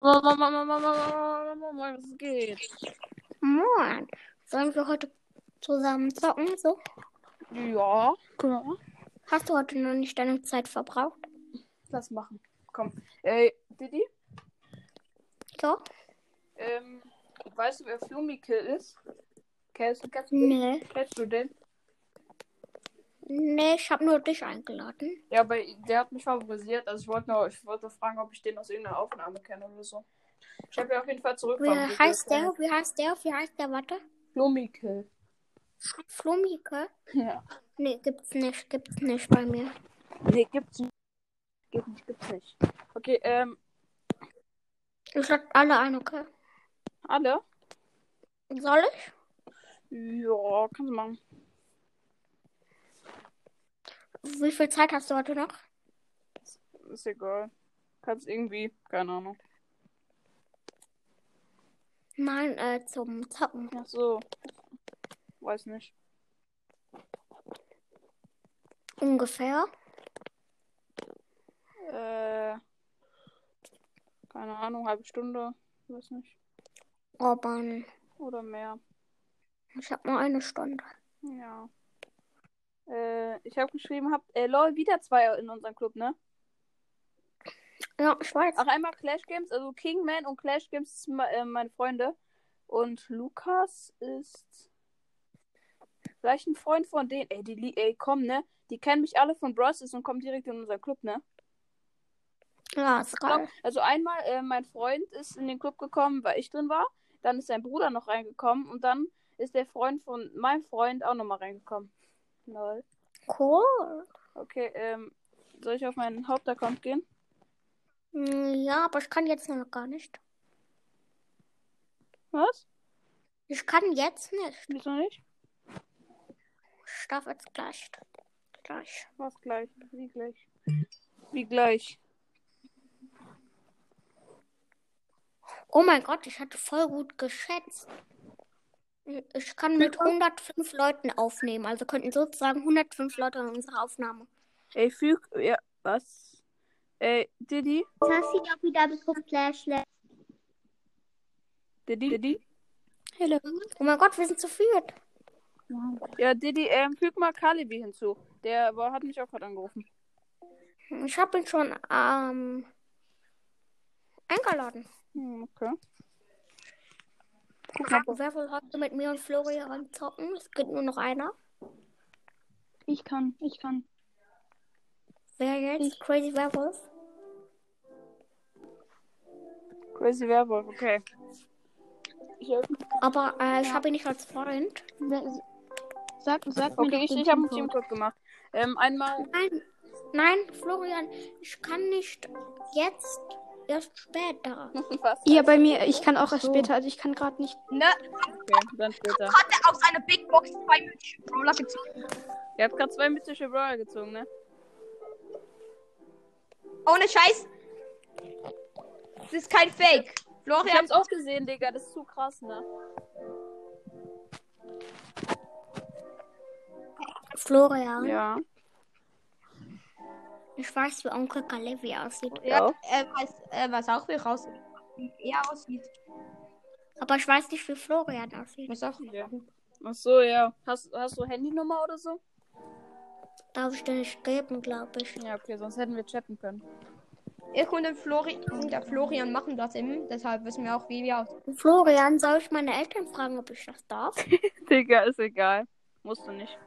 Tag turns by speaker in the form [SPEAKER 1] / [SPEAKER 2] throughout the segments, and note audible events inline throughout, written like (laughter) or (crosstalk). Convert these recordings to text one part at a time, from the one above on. [SPEAKER 1] Mama, Mama, Mama, Mama, Mama, Mama, was geht?
[SPEAKER 2] Moin. Sollen wir heute zusammen zocken? So?
[SPEAKER 1] Ja, klar.
[SPEAKER 2] Hast du heute noch nicht deine Zeit verbraucht?
[SPEAKER 1] Lass machen. Komm. Ey, Äh, Didi,
[SPEAKER 2] So?
[SPEAKER 1] ähm, weißt du, wer Flumikill ist? Kennst, kennst, du den?
[SPEAKER 2] Nee.
[SPEAKER 1] kennst du den?
[SPEAKER 2] Nee, ich habe nur dich eingeladen.
[SPEAKER 1] Ja, aber der hat mich favorisiert. Also ich wollte nur, ich wollte fragen, ob ich den aus irgendeiner Aufnahme kenne oder so. Ich habe ja auf jeden Fall
[SPEAKER 2] Wie
[SPEAKER 1] zurückgekommen.
[SPEAKER 2] heißt der? Wie heißt der? Wie heißt der? Warte.
[SPEAKER 1] Flumikill.
[SPEAKER 2] Flumike?
[SPEAKER 1] (laughs) Ja.
[SPEAKER 2] Nee, gibt's nicht. Gibt's nicht bei mir.
[SPEAKER 1] Nee, gibt's nicht. Geht nicht, gibt's nicht. Okay, ähm,
[SPEAKER 2] Ich lade alle ein, okay?
[SPEAKER 1] alle?
[SPEAKER 2] Soll ich?
[SPEAKER 1] Ja, kannst du machen.
[SPEAKER 2] Wie viel Zeit hast du heute noch?
[SPEAKER 1] Ist egal. Kannst irgendwie, keine Ahnung.
[SPEAKER 2] Nein, äh, zum Zocken.
[SPEAKER 1] Ach so. Weiß nicht.
[SPEAKER 2] Ungefähr.
[SPEAKER 1] Äh. Keine Ahnung, halbe Stunde. Weiß nicht.
[SPEAKER 2] Oh Mann.
[SPEAKER 1] Oder mehr.
[SPEAKER 2] Ich habe nur eine Stunde.
[SPEAKER 1] Ja. Äh, ich habe geschrieben, habt, äh, lol, wieder zwei in unserem Club, ne?
[SPEAKER 2] Ja, ich weiß.
[SPEAKER 1] Auch einmal Clash Games, also Kingman und Clash Games sind me- äh, meine Freunde. Und Lukas ist gleich ein Freund von denen. Ey, die li- ey, komm, ne? Die kennen mich alle von Brosses und kommen direkt in unseren Club, ne?
[SPEAKER 2] Ja, ist
[SPEAKER 1] Doch,
[SPEAKER 2] geil.
[SPEAKER 1] also einmal, äh, mein Freund ist in den Club gekommen, weil ich drin war. Dann ist sein Bruder noch reingekommen und dann ist der Freund von meinem Freund auch nochmal reingekommen. Lol.
[SPEAKER 2] Oh, Cool.
[SPEAKER 1] Okay, ähm, soll ich auf meinen Hauptaccount gehen?
[SPEAKER 2] Hm, Ja, aber ich kann jetzt noch gar nicht.
[SPEAKER 1] Was?
[SPEAKER 2] Ich kann jetzt nicht.
[SPEAKER 1] Wieso nicht?
[SPEAKER 2] Ich darf jetzt gleich. Gleich.
[SPEAKER 1] Was gleich? Wie gleich? Wie gleich?
[SPEAKER 2] Oh mein Gott, ich hatte voll gut geschätzt. Ich kann mit 105 Leuten aufnehmen. Also könnten sozusagen 105 Leute in unsere Aufnahme.
[SPEAKER 1] Ey, füg. Ja, was? Ey, Didi?
[SPEAKER 3] Tassi, doch wieder bis zum Flashle.
[SPEAKER 1] Didi? Didi?
[SPEAKER 2] Hello. Oh mein Gott, wir sind zu viert.
[SPEAKER 1] Ja, Didi, ähm, füg mal Kalibi hinzu. Der war- hat mich auch gerade angerufen.
[SPEAKER 2] Ich habe ihn schon ähm, eingeladen.
[SPEAKER 1] Hm, okay. Guck mal,
[SPEAKER 2] Wer will heute mit mir und Florian zocken? Es gibt nur noch einer.
[SPEAKER 1] ich kann, ich kann.
[SPEAKER 2] Wer jetzt? Crazy Werewolf?
[SPEAKER 1] Crazy Werwolf, okay. Ich öffne.
[SPEAKER 2] Aber äh, ich habe ihn nicht als Freund.
[SPEAKER 3] Sag, sag mir
[SPEAKER 1] Okay, ich, ich habe einen Teamcode gemacht. Ähm, einmal.
[SPEAKER 2] Nein, nein, Florian, ich kann nicht jetzt, erst später.
[SPEAKER 1] Was?
[SPEAKER 3] Ja, bei mir, ich kann auch erst später, also ich kann gerade nicht.
[SPEAKER 1] Na. Okay, dann später.
[SPEAKER 4] hatte aus einer Big Box zwei mythische Brawler gezogen.
[SPEAKER 1] Ihr habt gerade zwei mythische Brawler gezogen, ne?
[SPEAKER 4] Ohne Scheiß. Das ist kein Fake.
[SPEAKER 1] Ich
[SPEAKER 4] Florian,
[SPEAKER 1] hab's auch gesehen, Digga. Das ist zu krass, ne?
[SPEAKER 2] Florian,
[SPEAKER 1] Ja.
[SPEAKER 2] ich weiß, wie Onkel Kalevi aussieht.
[SPEAKER 1] Ja.
[SPEAKER 4] äh, weiß, äh, weiß auch, wie raus wie er aussieht.
[SPEAKER 2] Aber ich weiß nicht, wie Florian aussieht.
[SPEAKER 4] Weiß auch.
[SPEAKER 1] ja. Ach so, ja. Hast, hast du Handynummer oder so?
[SPEAKER 2] Darf ich dir nicht geben, glaube ich.
[SPEAKER 1] Ja, okay, sonst hätten wir chatten können.
[SPEAKER 4] Ich und der, Flori und der Florian machen das eben, deshalb wissen wir auch, wie wir aussehen.
[SPEAKER 2] Florian, soll ich meine Eltern fragen, ob ich das darf?
[SPEAKER 1] Digga, ist egal. Musst du nicht.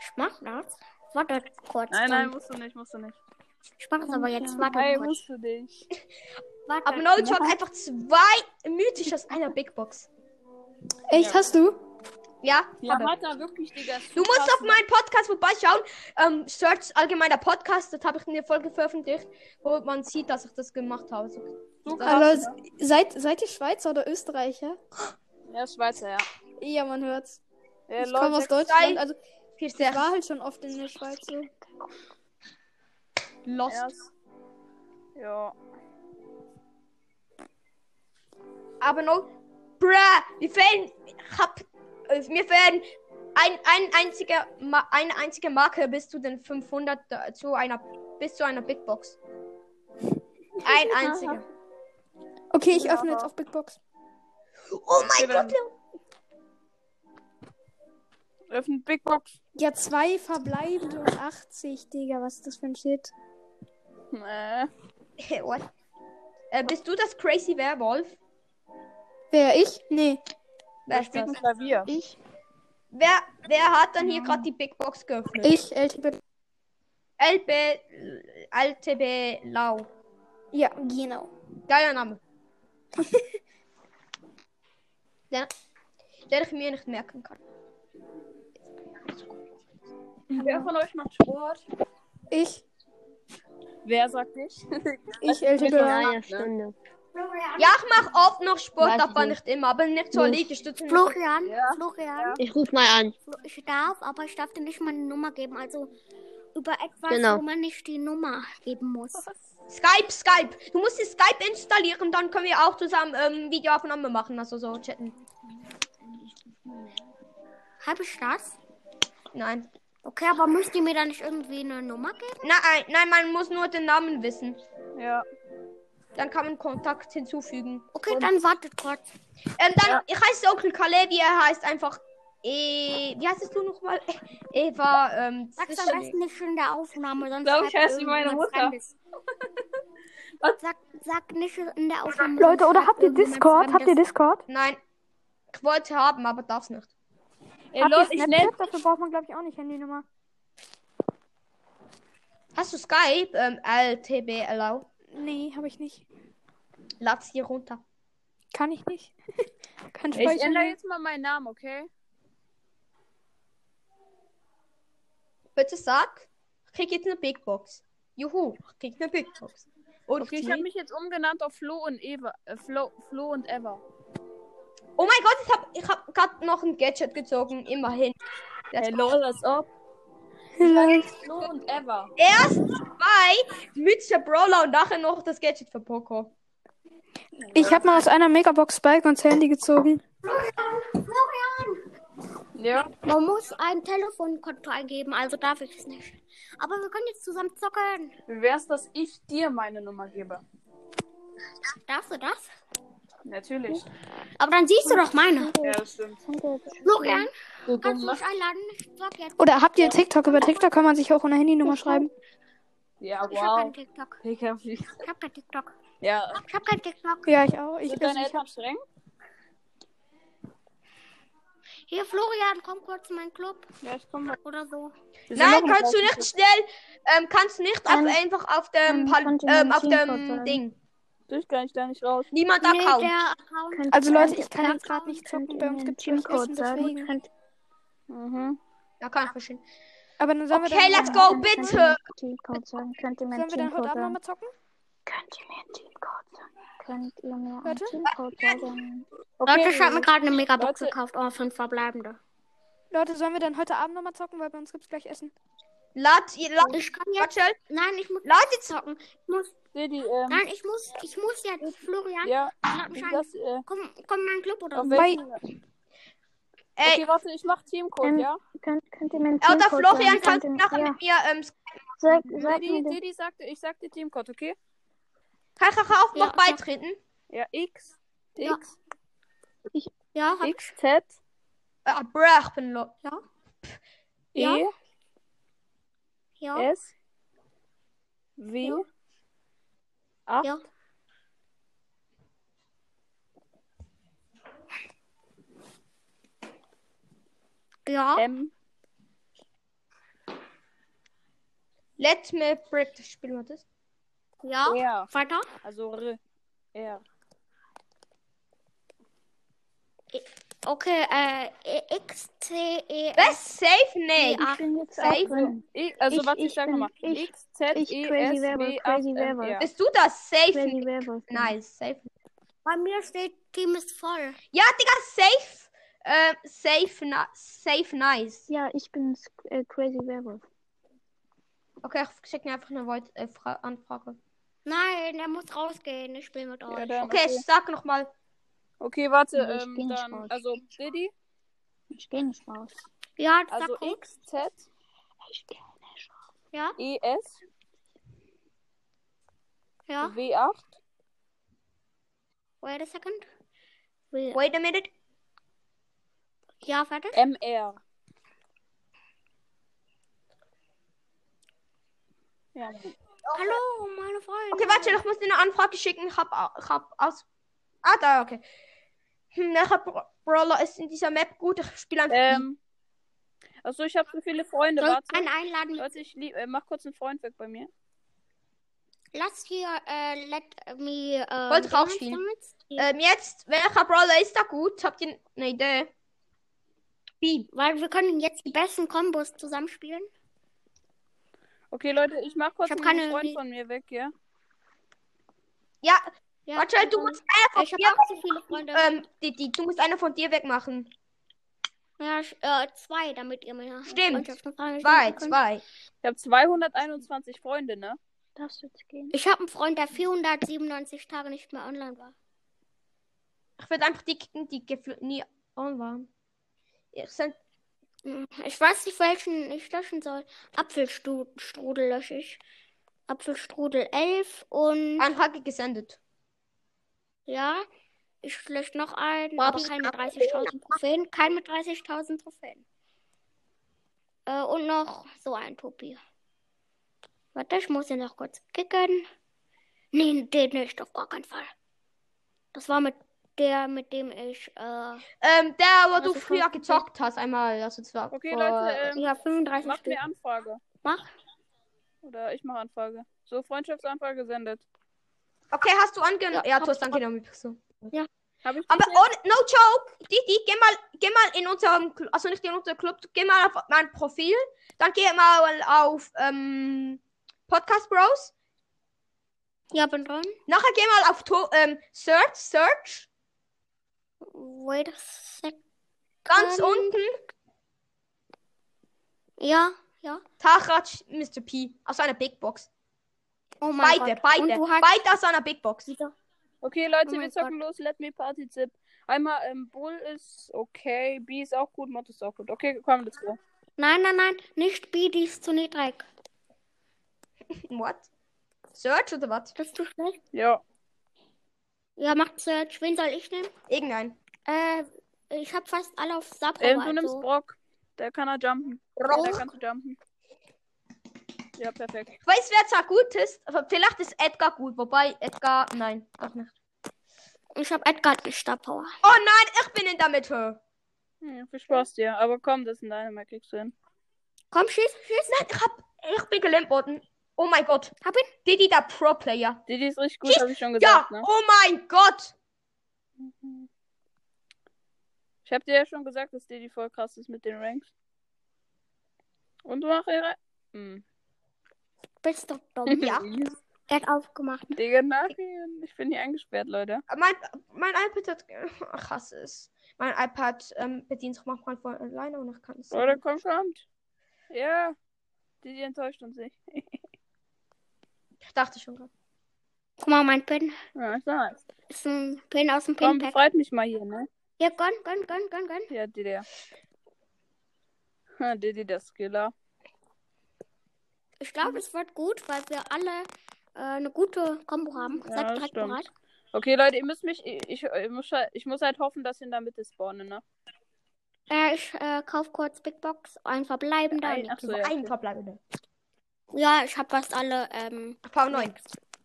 [SPEAKER 2] Ich mach das. Warte kurz.
[SPEAKER 1] Nein, nein,
[SPEAKER 2] dann.
[SPEAKER 1] musst du nicht, musst du nicht.
[SPEAKER 2] Ich mach das aber jetzt. Warte
[SPEAKER 1] Hey,
[SPEAKER 2] kurz.
[SPEAKER 1] musst du nicht.
[SPEAKER 2] Warte.
[SPEAKER 4] Aber Knowledge hat einfach zwei mythisch aus einer Big Box.
[SPEAKER 3] Echt, hast du?
[SPEAKER 4] Ja,
[SPEAKER 1] Ja,
[SPEAKER 4] aber.
[SPEAKER 1] hat da wirklich, Digga. ist zu
[SPEAKER 4] Du musst
[SPEAKER 1] krass, ne?
[SPEAKER 4] auf meinen Podcast vorbeischauen. Ähm, Search allgemeiner Podcast, das habe ich in der Folge veröffentlicht, wo man sieht, dass ich das gemacht habe. So
[SPEAKER 1] ne? Zu krass,
[SPEAKER 3] Also,
[SPEAKER 1] ne?
[SPEAKER 3] seid, seid ihr Schweizer oder Österreicher?
[SPEAKER 1] Ja, Schweizer, ja.
[SPEAKER 3] Ja, man hört's.
[SPEAKER 1] Äh,
[SPEAKER 3] ich komme aus Deutschland, also
[SPEAKER 4] viel
[SPEAKER 3] ich
[SPEAKER 4] sehr
[SPEAKER 3] war halt schon oft in der Schweiz. So.
[SPEAKER 4] lost.
[SPEAKER 1] erst- Ja.
[SPEAKER 4] Aber no. Bruh, wir fehlen. Ich hab. äh, Mir fehlen ein, ein einziger, Ma- eine einzige Marke bis zu den äh, 500 da- zu einer bis zu einer Big Box. Ein einziger. (laughs)
[SPEAKER 3] Okay, ich
[SPEAKER 1] Ja,
[SPEAKER 3] öffne jetzt
[SPEAKER 1] aber-
[SPEAKER 3] auf Big Box.
[SPEAKER 4] Oh mein
[SPEAKER 1] Okay, dann-
[SPEAKER 4] Gott, Leon.
[SPEAKER 1] Öffnen Big Box.
[SPEAKER 3] Ja, zwei verbleibende und 80, Digga. Was ist das für ein Shit?
[SPEAKER 1] Äh,
[SPEAKER 4] Hey, what? Äh, bist du das Crazy Werwolf?
[SPEAKER 3] Wer, ich? Nee.
[SPEAKER 4] Wer,
[SPEAKER 1] wer
[SPEAKER 4] ist
[SPEAKER 1] spielt
[SPEAKER 4] das?
[SPEAKER 1] ein Klavier?
[SPEAKER 3] Ich?
[SPEAKER 4] wer, wer hat dann hier gerade die Big Box geöffnet?
[SPEAKER 3] Ich, LTB.
[SPEAKER 4] LB, LTB Lau.
[SPEAKER 3] Ja, genau.
[SPEAKER 4] Geiler Name. den, den ich mir nicht merken kann.
[SPEAKER 1] Wer von euch macht Sport?
[SPEAKER 3] Ich,
[SPEAKER 1] Wer sagt ich?
[SPEAKER 3] ich,
[SPEAKER 1] Ja.
[SPEAKER 3] LTB.
[SPEAKER 1] Ja.
[SPEAKER 5] Eine Stunde.
[SPEAKER 4] Ja, ich mache oft noch Sport,
[SPEAKER 5] Weiß ich
[SPEAKER 4] aber nicht immer. Aber nicht zur
[SPEAKER 5] Nicht.
[SPEAKER 4] Liegestütze. nicht-
[SPEAKER 2] Florian,
[SPEAKER 1] Ja.
[SPEAKER 2] Florian,
[SPEAKER 5] Ich ruf mal an.
[SPEAKER 2] Flo- ich darf, aber ich darf dir nicht meine Nummer geben. Also über etwas,
[SPEAKER 5] Genau.
[SPEAKER 2] wo man nicht die Nummer geben muss.
[SPEAKER 1] (laughs)
[SPEAKER 4] Skype, Skype. Du musst die Skype installieren, dann können wir auch zusammen ähm, Videoaufnahme machen, also so chatten.
[SPEAKER 2] Habe ich das?
[SPEAKER 4] Nein.
[SPEAKER 2] Okay, aber müsst ihr mir dann nicht irgendwie eine Nummer geben?
[SPEAKER 4] Nein, nein, man muss nur den Namen wissen.
[SPEAKER 1] Ja.
[SPEAKER 4] Dann kann man Kontakt hinzufügen.
[SPEAKER 2] Okay, dann wartet kurz.
[SPEAKER 4] Ähm, dann,
[SPEAKER 1] Ja.
[SPEAKER 4] ich heiße Onkel Kalevi, er heißt einfach. E wie heißt es du nochmal? Eva, ähm,
[SPEAKER 2] Sag's am
[SPEAKER 4] Zwischen-
[SPEAKER 2] besten nicht in der Aufnahme, sonst
[SPEAKER 1] Glaub ich,
[SPEAKER 2] schreibt
[SPEAKER 1] heißt wie meine
[SPEAKER 2] irgendjemand
[SPEAKER 1] Mutter.
[SPEAKER 2] Fremdes.
[SPEAKER 1] (laughs) Was?
[SPEAKER 2] Sag, sag nicht in der Aufnahme.
[SPEAKER 6] Leute,
[SPEAKER 2] sonst
[SPEAKER 6] oder
[SPEAKER 2] schreibt
[SPEAKER 6] habt ihr
[SPEAKER 2] irgendjemand
[SPEAKER 6] Discord? Habt ihr
[SPEAKER 2] Fremdes.
[SPEAKER 6] Discord?
[SPEAKER 4] Nein. Ich wollte haben, aber darf's nicht.
[SPEAKER 1] Ey,
[SPEAKER 6] habt
[SPEAKER 1] Leute,
[SPEAKER 6] ihr
[SPEAKER 1] ich nenn.
[SPEAKER 6] Snapchat? Dafür braucht man, glaube ich, auch nicht Handynummer.
[SPEAKER 4] Hast du Skype? Ähm, LTB allow.
[SPEAKER 3] Nee, habe ich nicht.
[SPEAKER 4] Lad's hier runter.
[SPEAKER 3] Kann ich nicht. Kann
[SPEAKER 1] Ich
[SPEAKER 3] speichern.
[SPEAKER 1] ändere jetzt mal meinen Namen, okay?
[SPEAKER 4] Bitte sag, ich krieg jetzt eine Big Box. Juhu, ich krieg eine Big Box. Und
[SPEAKER 1] Okay, ich
[SPEAKER 4] Knie.
[SPEAKER 1] habe mich jetzt umgenannt auf Flo und Eva. Äh, Flo, Flo und Eva.
[SPEAKER 4] Oh mein Gott, ich hab, ich hab grad noch ein Gadget gezogen, immerhin. Let's go.
[SPEAKER 1] was up? Flo und Eva.
[SPEAKER 4] Erst zwei mythische Brawler und nachher noch das Gadget für Poco.
[SPEAKER 3] Ich habe mal aus einer Megabox Spike ans Handy gezogen.
[SPEAKER 1] Ja.
[SPEAKER 2] Man muss ein Telefonkonto eingeben, also darf ich es nicht. Aber wir können jetzt zusammen zocken.
[SPEAKER 1] Wie wär's, dass ich dir meine Nummer gebe?
[SPEAKER 2] Darfst du das?
[SPEAKER 1] Natürlich.
[SPEAKER 2] Aber dann siehst du doch meine.
[SPEAKER 1] Ja, das stimmt.
[SPEAKER 2] Florian,
[SPEAKER 1] So dumm,
[SPEAKER 2] kannst du
[SPEAKER 1] ne?
[SPEAKER 2] mich einladen? Ich zock jetzt.
[SPEAKER 3] Oder habt ihr TikTok? Über TikTok kann man sich auch ohne Handynummer schreiben.
[SPEAKER 1] Ja,
[SPEAKER 2] Ich hab keinen
[SPEAKER 1] wow.
[SPEAKER 2] TikTok.
[SPEAKER 1] Digga, wie-
[SPEAKER 2] Ich hab kein TikTok.
[SPEAKER 1] Ja.
[SPEAKER 2] Ich hab kein TikTok.
[SPEAKER 3] Ja, ich auch. Ich
[SPEAKER 1] Sind
[SPEAKER 3] also
[SPEAKER 1] deine
[SPEAKER 3] ich
[SPEAKER 1] Eltern streng?
[SPEAKER 2] Hier, Florian, komm kurz in meinen Club
[SPEAKER 1] Ja, ich komme.
[SPEAKER 2] oder so.
[SPEAKER 4] Nein, kannst du nicht schnell, ähm, kannst nicht auf, einfach auf dem, Pal ähm, auf dem Ding.
[SPEAKER 1] Durch kann ich da nicht raus.
[SPEAKER 4] Niemand
[SPEAKER 2] Nee,
[SPEAKER 4] Account.
[SPEAKER 2] der Account.
[SPEAKER 3] Also Leute, ich kann jetzt gerade nicht zocken, bei uns gibt's nicht Essen, deswegen.
[SPEAKER 5] Könnt,
[SPEAKER 1] Mhm.
[SPEAKER 4] Ja, kann ich verstehen.
[SPEAKER 3] Aber dann sollen
[SPEAKER 4] Okay,
[SPEAKER 3] wir dann,
[SPEAKER 4] let's go, bitte.
[SPEAKER 5] Teamcode sagen. Könnt ihr mir einen
[SPEAKER 3] sollen wir dann heute
[SPEAKER 5] Teamcode
[SPEAKER 3] Abend
[SPEAKER 5] sagen?
[SPEAKER 3] nochmal zocken?
[SPEAKER 5] Könnt ihr mir einen Teamcode sagen? Könnt ihr mir einen
[SPEAKER 3] Warte.
[SPEAKER 5] Teamcode sagen?
[SPEAKER 2] Leute, ich hab mir gerade eine Megabox
[SPEAKER 1] Leute.
[SPEAKER 2] gekauft. Oh, fünf verbleibende.
[SPEAKER 3] Leute, sollen wir dann heute Abend nochmal zocken, weil bei uns gibt's gleich Essen.
[SPEAKER 4] Lad, ihr- lad,
[SPEAKER 2] Ich kann jetzt.
[SPEAKER 4] lad schnell.
[SPEAKER 2] Nein, ich muss
[SPEAKER 4] Lad jetzt.
[SPEAKER 2] zocken. Ich muss,
[SPEAKER 1] Seh die, ähm,
[SPEAKER 2] nein, ich muss, ich muss jetzt, Florian.
[SPEAKER 1] ja,
[SPEAKER 2] lad mich ein.
[SPEAKER 1] das, äh,
[SPEAKER 2] Komm, komm in meinen Club oder
[SPEAKER 1] auf
[SPEAKER 2] so.
[SPEAKER 1] welchen...
[SPEAKER 4] Ey,
[SPEAKER 1] Okay, warte, ich mach Teamcode,
[SPEAKER 5] Ähm,
[SPEAKER 1] ja?
[SPEAKER 5] Könnt, könnt ihr mir einen
[SPEAKER 4] Elder
[SPEAKER 5] Teamcode sagen?
[SPEAKER 4] Florian,
[SPEAKER 5] Könnt
[SPEAKER 4] kannst
[SPEAKER 5] ihr
[SPEAKER 4] du
[SPEAKER 5] mir-
[SPEAKER 4] nachher
[SPEAKER 5] ja.
[SPEAKER 4] mit mir, ähm,
[SPEAKER 5] Sag, sag
[SPEAKER 1] Didi,
[SPEAKER 5] mir den.
[SPEAKER 1] Didi sagt, ich sag dir Teamcode, okay?
[SPEAKER 4] kann ich auch
[SPEAKER 2] Ja,
[SPEAKER 4] noch
[SPEAKER 2] ja.
[SPEAKER 4] beitreten?
[SPEAKER 1] Ja, X,
[SPEAKER 2] Ja.
[SPEAKER 1] X,
[SPEAKER 2] Ja, hab,
[SPEAKER 1] X, Z,
[SPEAKER 4] Ah, bruh, ich bin lo.
[SPEAKER 2] Ja.
[SPEAKER 1] E,
[SPEAKER 2] ja,
[SPEAKER 1] S, W,
[SPEAKER 2] Ja.
[SPEAKER 1] 8,
[SPEAKER 2] ja. Ja.
[SPEAKER 1] M,
[SPEAKER 4] Let me break. Spielen wir das?
[SPEAKER 2] Ja,
[SPEAKER 1] R.
[SPEAKER 2] weiter.
[SPEAKER 1] Also R. R.
[SPEAKER 2] Okay, äh, E- X, C, E, S,
[SPEAKER 4] Was? Safe? Nee.
[SPEAKER 2] I, A.
[SPEAKER 5] Ich bin jetzt
[SPEAKER 4] Safe.
[SPEAKER 5] auch drin.
[SPEAKER 1] I, also,
[SPEAKER 5] Ich-
[SPEAKER 1] warte, ich,
[SPEAKER 5] ich
[SPEAKER 1] sag
[SPEAKER 5] bin-
[SPEAKER 1] nochmal.
[SPEAKER 5] ich-
[SPEAKER 1] X, Z,
[SPEAKER 5] ich
[SPEAKER 1] E,
[SPEAKER 5] Crazy
[SPEAKER 1] S,
[SPEAKER 5] Werwolf,
[SPEAKER 1] W, 8,
[SPEAKER 5] Crazy
[SPEAKER 1] M,
[SPEAKER 5] Werwolf.
[SPEAKER 1] R.
[SPEAKER 4] Bist du das? Safe?
[SPEAKER 5] Crazy Werwolf.
[SPEAKER 4] Nice, safe.
[SPEAKER 2] Bei mir steht Team ist voll.
[SPEAKER 4] Ja, Digga, safe. Ähm, safe, na, safe, nice.
[SPEAKER 5] Ja, ich bin äh, Crazy Werwolf.
[SPEAKER 4] Okay, ich schick mir einfach eine Void äh, Fra Anfrage.
[SPEAKER 2] Nein, der muss rausgehen. Ich spiele mit euch.
[SPEAKER 1] Ja, dann,
[SPEAKER 4] Okay,
[SPEAKER 1] okay.
[SPEAKER 4] ich sag nochmal.
[SPEAKER 1] okay, warte,
[SPEAKER 5] Nee, ich
[SPEAKER 1] ähm,
[SPEAKER 5] bin nicht
[SPEAKER 1] dann,
[SPEAKER 5] raus.
[SPEAKER 1] also Diddy,
[SPEAKER 5] Ich gehe nicht raus.
[SPEAKER 2] Ja, sag
[SPEAKER 1] also
[SPEAKER 2] hoch.
[SPEAKER 1] X, Z,
[SPEAKER 5] Ich gehe nicht raus.
[SPEAKER 2] Ja,
[SPEAKER 1] E, S,
[SPEAKER 2] ja,
[SPEAKER 1] W, 8,
[SPEAKER 2] Wait a second. Will-
[SPEAKER 4] Wait Äh, a minute.
[SPEAKER 2] Ja, warte.
[SPEAKER 1] MR. Ja,
[SPEAKER 2] Hallo, Oh, meine Freunde.
[SPEAKER 4] Okay, warte, ich muss dir eine Anfrage schicken. Ich hab, ich hab aus. Ah, da, okay. Hm, Welcher Bra- Brawler ist in dieser Map gut? Ich spiele einfach.
[SPEAKER 1] Ähm. Achso, ich habe so viele Freunde.
[SPEAKER 2] Soll
[SPEAKER 1] Warte,
[SPEAKER 2] ich einen einladen?
[SPEAKER 1] Leute, ich lieb, äh, mach kurz einen Freund weg bei mir.
[SPEAKER 2] Lass hier, äh, let me, äh,
[SPEAKER 4] Wollte ich auch
[SPEAKER 2] Dingens,
[SPEAKER 4] spielen.
[SPEAKER 2] Dingens.
[SPEAKER 4] ähm, jetzt, welcher Brawler ist da gut? Habt ihr eine Idee? Wie?
[SPEAKER 2] Weil wir können jetzt die besten Kombos zusammenspielen.
[SPEAKER 1] Okay, Leute, ich mach kurz
[SPEAKER 2] Ich hab
[SPEAKER 1] einen
[SPEAKER 2] keine
[SPEAKER 1] Freund
[SPEAKER 2] Idee.
[SPEAKER 1] von mir weg, ja?
[SPEAKER 4] Ja,
[SPEAKER 2] Ja,
[SPEAKER 4] warte, du musst einer von
[SPEAKER 2] Ich habe
[SPEAKER 4] dir.
[SPEAKER 2] auch so viele Freunde.
[SPEAKER 4] Ähm, die, die, du musst einer von dir wegmachen.
[SPEAKER 2] ja, ich- äh, zwei, damit ihr mir
[SPEAKER 4] Stimmt.
[SPEAKER 2] Freundschaftsfragen
[SPEAKER 4] Zwei,
[SPEAKER 2] stellen könnt.
[SPEAKER 4] zwei.
[SPEAKER 1] Ich habe 221 Freunde, ne?
[SPEAKER 5] Darfst du jetzt gehen?
[SPEAKER 2] Ich habe einen Freund, der 497 Tage nicht mehr online war.
[SPEAKER 4] Ich würde einfach die kicken, die gefühlt nie on waren. Ich send,
[SPEAKER 2] Ich weiß nicht, welchen ich löschen soll. Apfelstrudel lösche ich. Apfelstrudel 11 und
[SPEAKER 4] Anfrage gesendet.
[SPEAKER 2] ja, ich lösche noch einen,
[SPEAKER 4] Boah,
[SPEAKER 2] aber
[SPEAKER 4] wie
[SPEAKER 2] keinen mit
[SPEAKER 4] krass.
[SPEAKER 2] 30.000 Trophäen. Kein mit 30.000 Trophäen. Äh, und noch so ein Topi. Warte, ich muss ihn noch kurz kicken. Nee, den nicht, auf gar keinen Fall. Das war mit der, mit dem ich, äh,
[SPEAKER 4] Ähm, der, wo
[SPEAKER 2] Also
[SPEAKER 4] du früher
[SPEAKER 2] schon-
[SPEAKER 4] gezockt hast, einmal. Also zwar
[SPEAKER 1] Okay,
[SPEAKER 4] vor-
[SPEAKER 1] Leute, ähm,
[SPEAKER 2] ja, 35
[SPEAKER 1] macht
[SPEAKER 2] Stück
[SPEAKER 1] mir Anfrage.
[SPEAKER 2] mach.
[SPEAKER 1] Oder ich mache Anfrage. So, Freundschaftsanfrage gesendet.
[SPEAKER 4] Okay, hast du angenommen?
[SPEAKER 2] Ja,
[SPEAKER 4] Ja,
[SPEAKER 2] hab
[SPEAKER 4] du hast
[SPEAKER 2] ich
[SPEAKER 4] angenommen. übrigens so.
[SPEAKER 1] Hab ich
[SPEAKER 4] Aber
[SPEAKER 1] dich jetzt?
[SPEAKER 4] ohne, no joke, Didi, geh mal, geh mal in unserem, Cl- also nicht in unserem Club, geh mal auf mein Profil, dann geh mal auf ähm, Podcast Bros,
[SPEAKER 2] Ja, bin dran.
[SPEAKER 4] nachher geh mal auf to ähm, Search, Search,
[SPEAKER 2] Wait a sec.
[SPEAKER 4] ganz
[SPEAKER 2] Ähm.
[SPEAKER 4] unten,
[SPEAKER 2] Ja, ja.
[SPEAKER 4] Tachratsch, Mr. P, aus einer Big Box.
[SPEAKER 2] Oh mein
[SPEAKER 4] Beide,
[SPEAKER 2] Gott. Und
[SPEAKER 4] beide,
[SPEAKER 2] du hast
[SPEAKER 4] beide aus einer Big Box.
[SPEAKER 2] wieder.
[SPEAKER 1] Okay,
[SPEAKER 2] Oh
[SPEAKER 1] Leute, wir
[SPEAKER 2] mein
[SPEAKER 1] zocken los. Let me party zip. Einmal, ähm, Bull ist okay. B ist auch gut. Mod ist auch gut. Okay, komm, let's go.
[SPEAKER 2] Nein, nein, nein. Nicht B, die ist zu niedrig.
[SPEAKER 4] What? Search oder was?
[SPEAKER 2] Das ist zu schlecht.
[SPEAKER 1] Ja.
[SPEAKER 2] Ja, macht Search. Wen soll ich nehmen?
[SPEAKER 4] Irgendein.
[SPEAKER 2] Äh, ich habe fast alle auf Sabro,
[SPEAKER 1] Ähm, du
[SPEAKER 2] also.
[SPEAKER 1] nimmst Brock. Der kann er jumpen.
[SPEAKER 4] Brock?
[SPEAKER 1] Der kann zu jumpen. Ja, perfekt.
[SPEAKER 4] Ich weiß, wer zwar gut ist, aber vielleicht ist Edgar gut, wobei Edgar, nein, doch nicht.
[SPEAKER 2] Ich habe Edgar nicht Star Power.
[SPEAKER 4] Oh nein, ich bin in der Mitte.
[SPEAKER 1] Hm, viel Spaß dir. Aber komm, das ist ein Dynamite, kriegst du hin.
[SPEAKER 2] Komm, schieß, schieß.
[SPEAKER 4] Nein, ich hab. Ich bin gelähmt worden. Oh mein Gott.
[SPEAKER 2] Hab ihn.
[SPEAKER 4] Didi, der Pro-Player.
[SPEAKER 1] Die, die ist richtig gut,
[SPEAKER 4] Schieß!
[SPEAKER 1] habe ich schon
[SPEAKER 4] Ja,
[SPEAKER 1] gesagt, ne?
[SPEAKER 4] oh mein Gott.
[SPEAKER 1] Ich habe dir ja schon gesagt, dass Didi voll krass ist mit den Ranks. Und mach ihre. (laughs) Hm.
[SPEAKER 2] Bist doch
[SPEAKER 1] (laughs)
[SPEAKER 2] dumm.
[SPEAKER 4] Ja.
[SPEAKER 2] Er hat aufgemacht.
[SPEAKER 1] Digga, nachgehen. Ich bin hier eingesperrt, Leute.
[SPEAKER 4] Mein, mein iPad hat. (laughs) Ach, hass es. Mein iPad ähm, bedient sich manchmal von alleine und ich kann es.
[SPEAKER 1] Leute, Oh, komm, kommt. Ja. Didi enttäuscht uns nicht.
[SPEAKER 4] Ich dachte schon gerade.
[SPEAKER 2] Guck mal, mein Pin.
[SPEAKER 1] Ja, ist nice.
[SPEAKER 2] Ist ein Pin aus dem
[SPEAKER 1] Komm,
[SPEAKER 2] Pinpack.
[SPEAKER 1] befreit mich mal hier, ne?
[SPEAKER 2] Ja, gönn, gönn, gönn, gönn, gönn.
[SPEAKER 1] Ja, Didi. Ha, Didi, der Skiller.
[SPEAKER 2] Ich glaube, es wird gut, weil wir alle äh, eine gute Kombo haben.
[SPEAKER 1] Ja,
[SPEAKER 2] Seid direkt
[SPEAKER 1] stimmt.
[SPEAKER 2] bereit.
[SPEAKER 1] Okay, Leute, ihr müsst mich. Ich, ich, ich, muss, halt- ich muss halt hoffen, dass ihr in der Mitte spawnen, ne?
[SPEAKER 2] Äh, ich äh, kauf kurz Big Box, ein verbleibender.
[SPEAKER 1] Ein- ach so, ja.
[SPEAKER 4] Ein verbleibender.
[SPEAKER 2] Ja, ich hab fast alle. Ähm,
[SPEAKER 4] V9.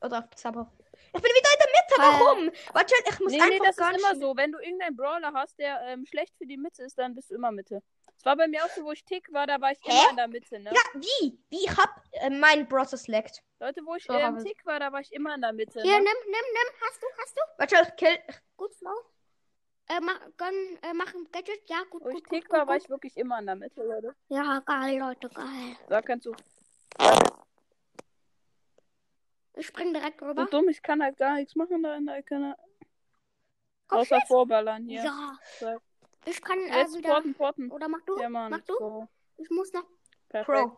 [SPEAKER 4] Oder Sabber. Ich bin wieder in der Mitte. Warum? Warte, ich muss
[SPEAKER 1] Nee, nee,
[SPEAKER 4] einfach
[SPEAKER 1] das
[SPEAKER 4] ganz
[SPEAKER 1] ist immer
[SPEAKER 4] schnell-
[SPEAKER 1] so. Wenn du irgendeinen Brawler hast, der ähm, schlecht für die Mitte ist, dann bist du immer Mitte. Es war bei mir auch so, wo ich tick war, da war ich
[SPEAKER 4] Hä?
[SPEAKER 1] immer in der Mitte, ne?
[SPEAKER 4] Ja, wie? Wie? Ich hab äh, meinen Browser selected.
[SPEAKER 1] Leute, wo ich
[SPEAKER 4] Ja,
[SPEAKER 1] ähm,
[SPEAKER 4] aber-
[SPEAKER 1] tick war, da war ich immer in der Mitte.
[SPEAKER 2] hier, nimm, nimm,
[SPEAKER 1] ne?
[SPEAKER 2] nimm. Hast du, hast du?
[SPEAKER 4] Warte, ich kill.
[SPEAKER 2] Gut, Flo. Äh, mach, gönn, äh, mach ein Gadget. Ja, gut,
[SPEAKER 1] Wo Oh, ich
[SPEAKER 2] gut, gut,
[SPEAKER 1] tick
[SPEAKER 2] gut,
[SPEAKER 1] war, war
[SPEAKER 2] gut.
[SPEAKER 1] ich wirklich immer in der Mitte, Leute.
[SPEAKER 2] Ja, geil, Leute, geil.
[SPEAKER 1] Da kannst du.
[SPEAKER 2] Ich spring direkt
[SPEAKER 1] So
[SPEAKER 2] rüber.
[SPEAKER 1] dumm, ich kann halt gar nichts machen da in der Ecke. Ne?
[SPEAKER 2] Komm,
[SPEAKER 1] Außer vorballern hier.
[SPEAKER 2] Ja.
[SPEAKER 1] So.
[SPEAKER 2] Ich kann äh,
[SPEAKER 1] Jetzt
[SPEAKER 2] wieder.
[SPEAKER 1] porten, porten.
[SPEAKER 2] Oder mach du?
[SPEAKER 1] Ja, Mann.
[SPEAKER 2] Oh, mach du?
[SPEAKER 1] So.
[SPEAKER 2] Ich muss noch.
[SPEAKER 1] Perfekt.
[SPEAKER 4] Pro.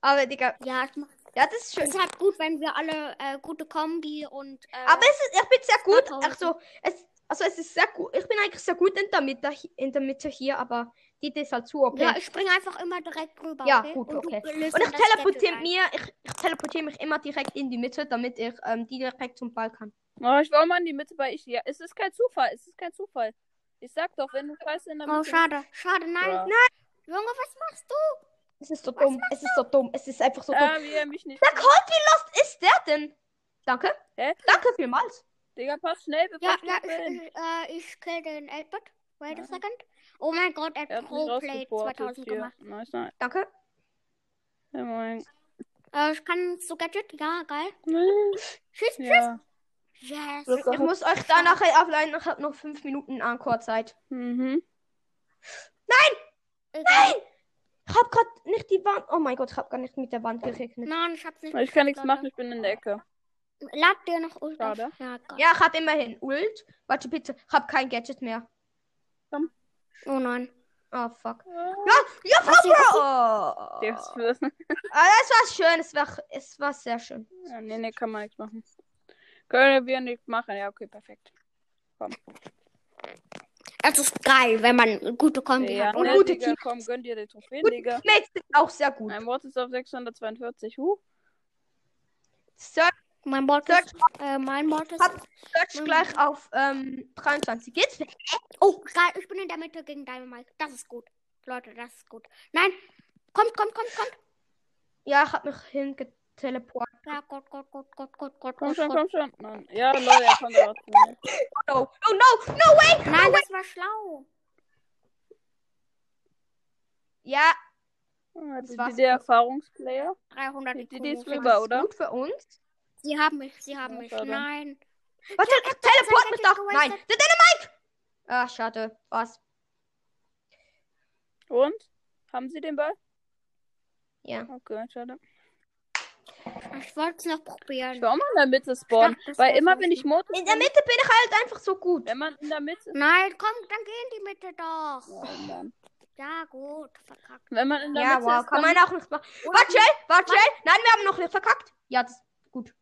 [SPEAKER 4] Aber, Digga.
[SPEAKER 2] Ja, ich mach.
[SPEAKER 4] Ja, das ist schön.
[SPEAKER 2] Es ist halt gut, wenn wir alle äh, gute Kombi und. Äh,
[SPEAKER 4] Aber es ist, ich bin sehr gut.
[SPEAKER 2] Verkaufen.
[SPEAKER 4] Also es, also es ist sehr gut. Ich bin eigentlich sehr gut in der Mitte, in der Mitte hier, aber die die ist halt zu OP.
[SPEAKER 2] Ja, ich spring einfach immer direkt rüber.
[SPEAKER 4] Ja,
[SPEAKER 2] okay?
[SPEAKER 4] gut,
[SPEAKER 2] Und du
[SPEAKER 4] okay.
[SPEAKER 2] löst
[SPEAKER 4] Und
[SPEAKER 2] dann
[SPEAKER 4] ich
[SPEAKER 2] das Gadget
[SPEAKER 4] teleportiere
[SPEAKER 2] ein.
[SPEAKER 4] mir, ich, ich teleportiere mich immer direkt in die Mitte, damit ich ähm, direkt zum Ball kann.
[SPEAKER 1] Oh, ich war mal in die Mitte bei ich. Ja, es ist kein Zufall. Es ist kein Zufall. Ich sag doch, wenn du Scheiße in der Mitte.
[SPEAKER 2] Oh, schade. Schade, nein.
[SPEAKER 1] Ja.
[SPEAKER 2] Junge, was machst du?
[SPEAKER 4] Es ist so dumm. Es ist so dumm. Es ist einfach so dumm.
[SPEAKER 1] Ah, wie er mich nicht.
[SPEAKER 4] Na komm, wie lost Ähm. ist der denn? Danke.
[SPEAKER 1] Hä?
[SPEAKER 4] Danke vielmals.
[SPEAKER 1] Digga, pass schnell, bevor
[SPEAKER 2] Ja,
[SPEAKER 1] ich
[SPEAKER 2] ja,
[SPEAKER 1] dich bin.
[SPEAKER 2] ich, äh, ich kill den Edward. Wait a second. Oh mein Gott, er
[SPEAKER 1] Er
[SPEAKER 2] hat
[SPEAKER 1] hat mich
[SPEAKER 2] Roleplay
[SPEAKER 1] rausgebohrt.
[SPEAKER 2] 2000
[SPEAKER 1] hier.
[SPEAKER 2] gemacht.
[SPEAKER 1] Nice, nice.
[SPEAKER 4] Danke.
[SPEAKER 1] Ja, moin.
[SPEAKER 2] Äh, ich kann so Gadget. Ja, geil. Tschüss.
[SPEAKER 1] Ja.
[SPEAKER 2] Yes.
[SPEAKER 1] Glück
[SPEAKER 4] Ich muss euch da nachher offline. Ich hab noch fünf Minuten Ankorzeit.
[SPEAKER 1] Mhm.
[SPEAKER 2] Nein!
[SPEAKER 4] Ich hab grad nicht die Wand. Oh mein Gott, ich hab gar nicht mit der Wand gerechnet.
[SPEAKER 2] Nein, ich hab's nicht.
[SPEAKER 1] Ich kann nichts
[SPEAKER 2] geschafft,
[SPEAKER 1] machen, ich bin in der Ecke.
[SPEAKER 2] Leute. Lad dir noch Ulf.
[SPEAKER 1] Schade.
[SPEAKER 2] Ja, Gott.
[SPEAKER 4] Ja, ich hab immerhin Ult. Warte bitte, ich hab kein Gadget mehr.
[SPEAKER 2] Oh nein.
[SPEAKER 4] Oh fuck. Ja, ja,
[SPEAKER 2] Was
[SPEAKER 4] fuck,
[SPEAKER 2] Oh.
[SPEAKER 4] bro!
[SPEAKER 1] Der ist für
[SPEAKER 4] Ah, es war schön, es war, es war sehr schön.
[SPEAKER 1] Ja, nee, nee, kann man nichts machen. Können wir nichts machen. Ja, okay, perfekt.
[SPEAKER 2] Es ist geil, wenn man eine gute Kombi
[SPEAKER 1] Ja,
[SPEAKER 2] hat. Und
[SPEAKER 1] ne,
[SPEAKER 4] gute
[SPEAKER 1] Digga,
[SPEAKER 4] Team.
[SPEAKER 1] komm, gönn dir die Trophäen,
[SPEAKER 4] Gut.
[SPEAKER 1] Digga.
[SPEAKER 4] Mates sind auch sehr gut.
[SPEAKER 1] Mein Wort ist auf 642. Huh.
[SPEAKER 4] Search,
[SPEAKER 2] mein Bot
[SPEAKER 4] Search,
[SPEAKER 2] ist. Äh, mein Bot ist.
[SPEAKER 4] Hab- search gleich auf ähm, 23. Geht's?
[SPEAKER 2] Oh, geil, ich bin in der Mitte gegen Dynamite. Das ist gut. Leute, das ist gut. Nein. Kommt, kommt, kommt, kommt.
[SPEAKER 4] Ja, ich hab mich hingeteleportet.
[SPEAKER 2] Ja, Gott, Gott, Gott, Gott, Gott, Gott,
[SPEAKER 1] Komm
[SPEAKER 2] Gott,
[SPEAKER 1] schon,
[SPEAKER 2] Gott.
[SPEAKER 1] komm schon. Mann. Ja, Leute, er kommt aber zu mir.
[SPEAKER 4] Oh, No, no, no, no way!
[SPEAKER 2] Nein, das war schlau.
[SPEAKER 4] Ja,
[SPEAKER 1] Ah, die-
[SPEAKER 4] war's.
[SPEAKER 1] die- Der Erfahrungsplayer.
[SPEAKER 2] 300 IQ.
[SPEAKER 1] Die die ist
[SPEAKER 2] Jungs.
[SPEAKER 1] rüber, oder?
[SPEAKER 4] gut für uns.
[SPEAKER 2] Sie haben mich, sie haben
[SPEAKER 1] Ja,
[SPEAKER 2] mich.
[SPEAKER 1] schade.
[SPEAKER 2] Nein.
[SPEAKER 4] Warte, teleport mich doch!
[SPEAKER 2] gewastet.
[SPEAKER 4] Nein, der Dynamite! Ah, schade. Was?
[SPEAKER 1] Und? Haben sie den Ball?
[SPEAKER 4] Ja.
[SPEAKER 1] Okay, schade.
[SPEAKER 2] Ich wollte es noch
[SPEAKER 1] Ich
[SPEAKER 2] probieren.
[SPEAKER 1] war auch mal in der Mitte spawnen.
[SPEAKER 2] Ich dachte, das
[SPEAKER 1] Weil
[SPEAKER 2] wär
[SPEAKER 1] immer,
[SPEAKER 2] so
[SPEAKER 1] wenn ich Motor
[SPEAKER 4] In der Mitte bin ich halt einfach so gut.
[SPEAKER 1] wenn man in der
[SPEAKER 4] (laughs)
[SPEAKER 1] Mitte Oh,
[SPEAKER 2] Nein, komm, dann geh in die Mitte doch.
[SPEAKER 1] Mann.
[SPEAKER 2] Ja, gut. Verkackt.
[SPEAKER 1] Wenn man in der
[SPEAKER 4] Ja,
[SPEAKER 1] Mitte
[SPEAKER 4] wow,
[SPEAKER 1] ist,
[SPEAKER 4] kann
[SPEAKER 1] dann-
[SPEAKER 4] man auch nicht machen. Warte schnell, warte schnell. Nein, wir haben noch nicht verkackt. Ja, das ist gut.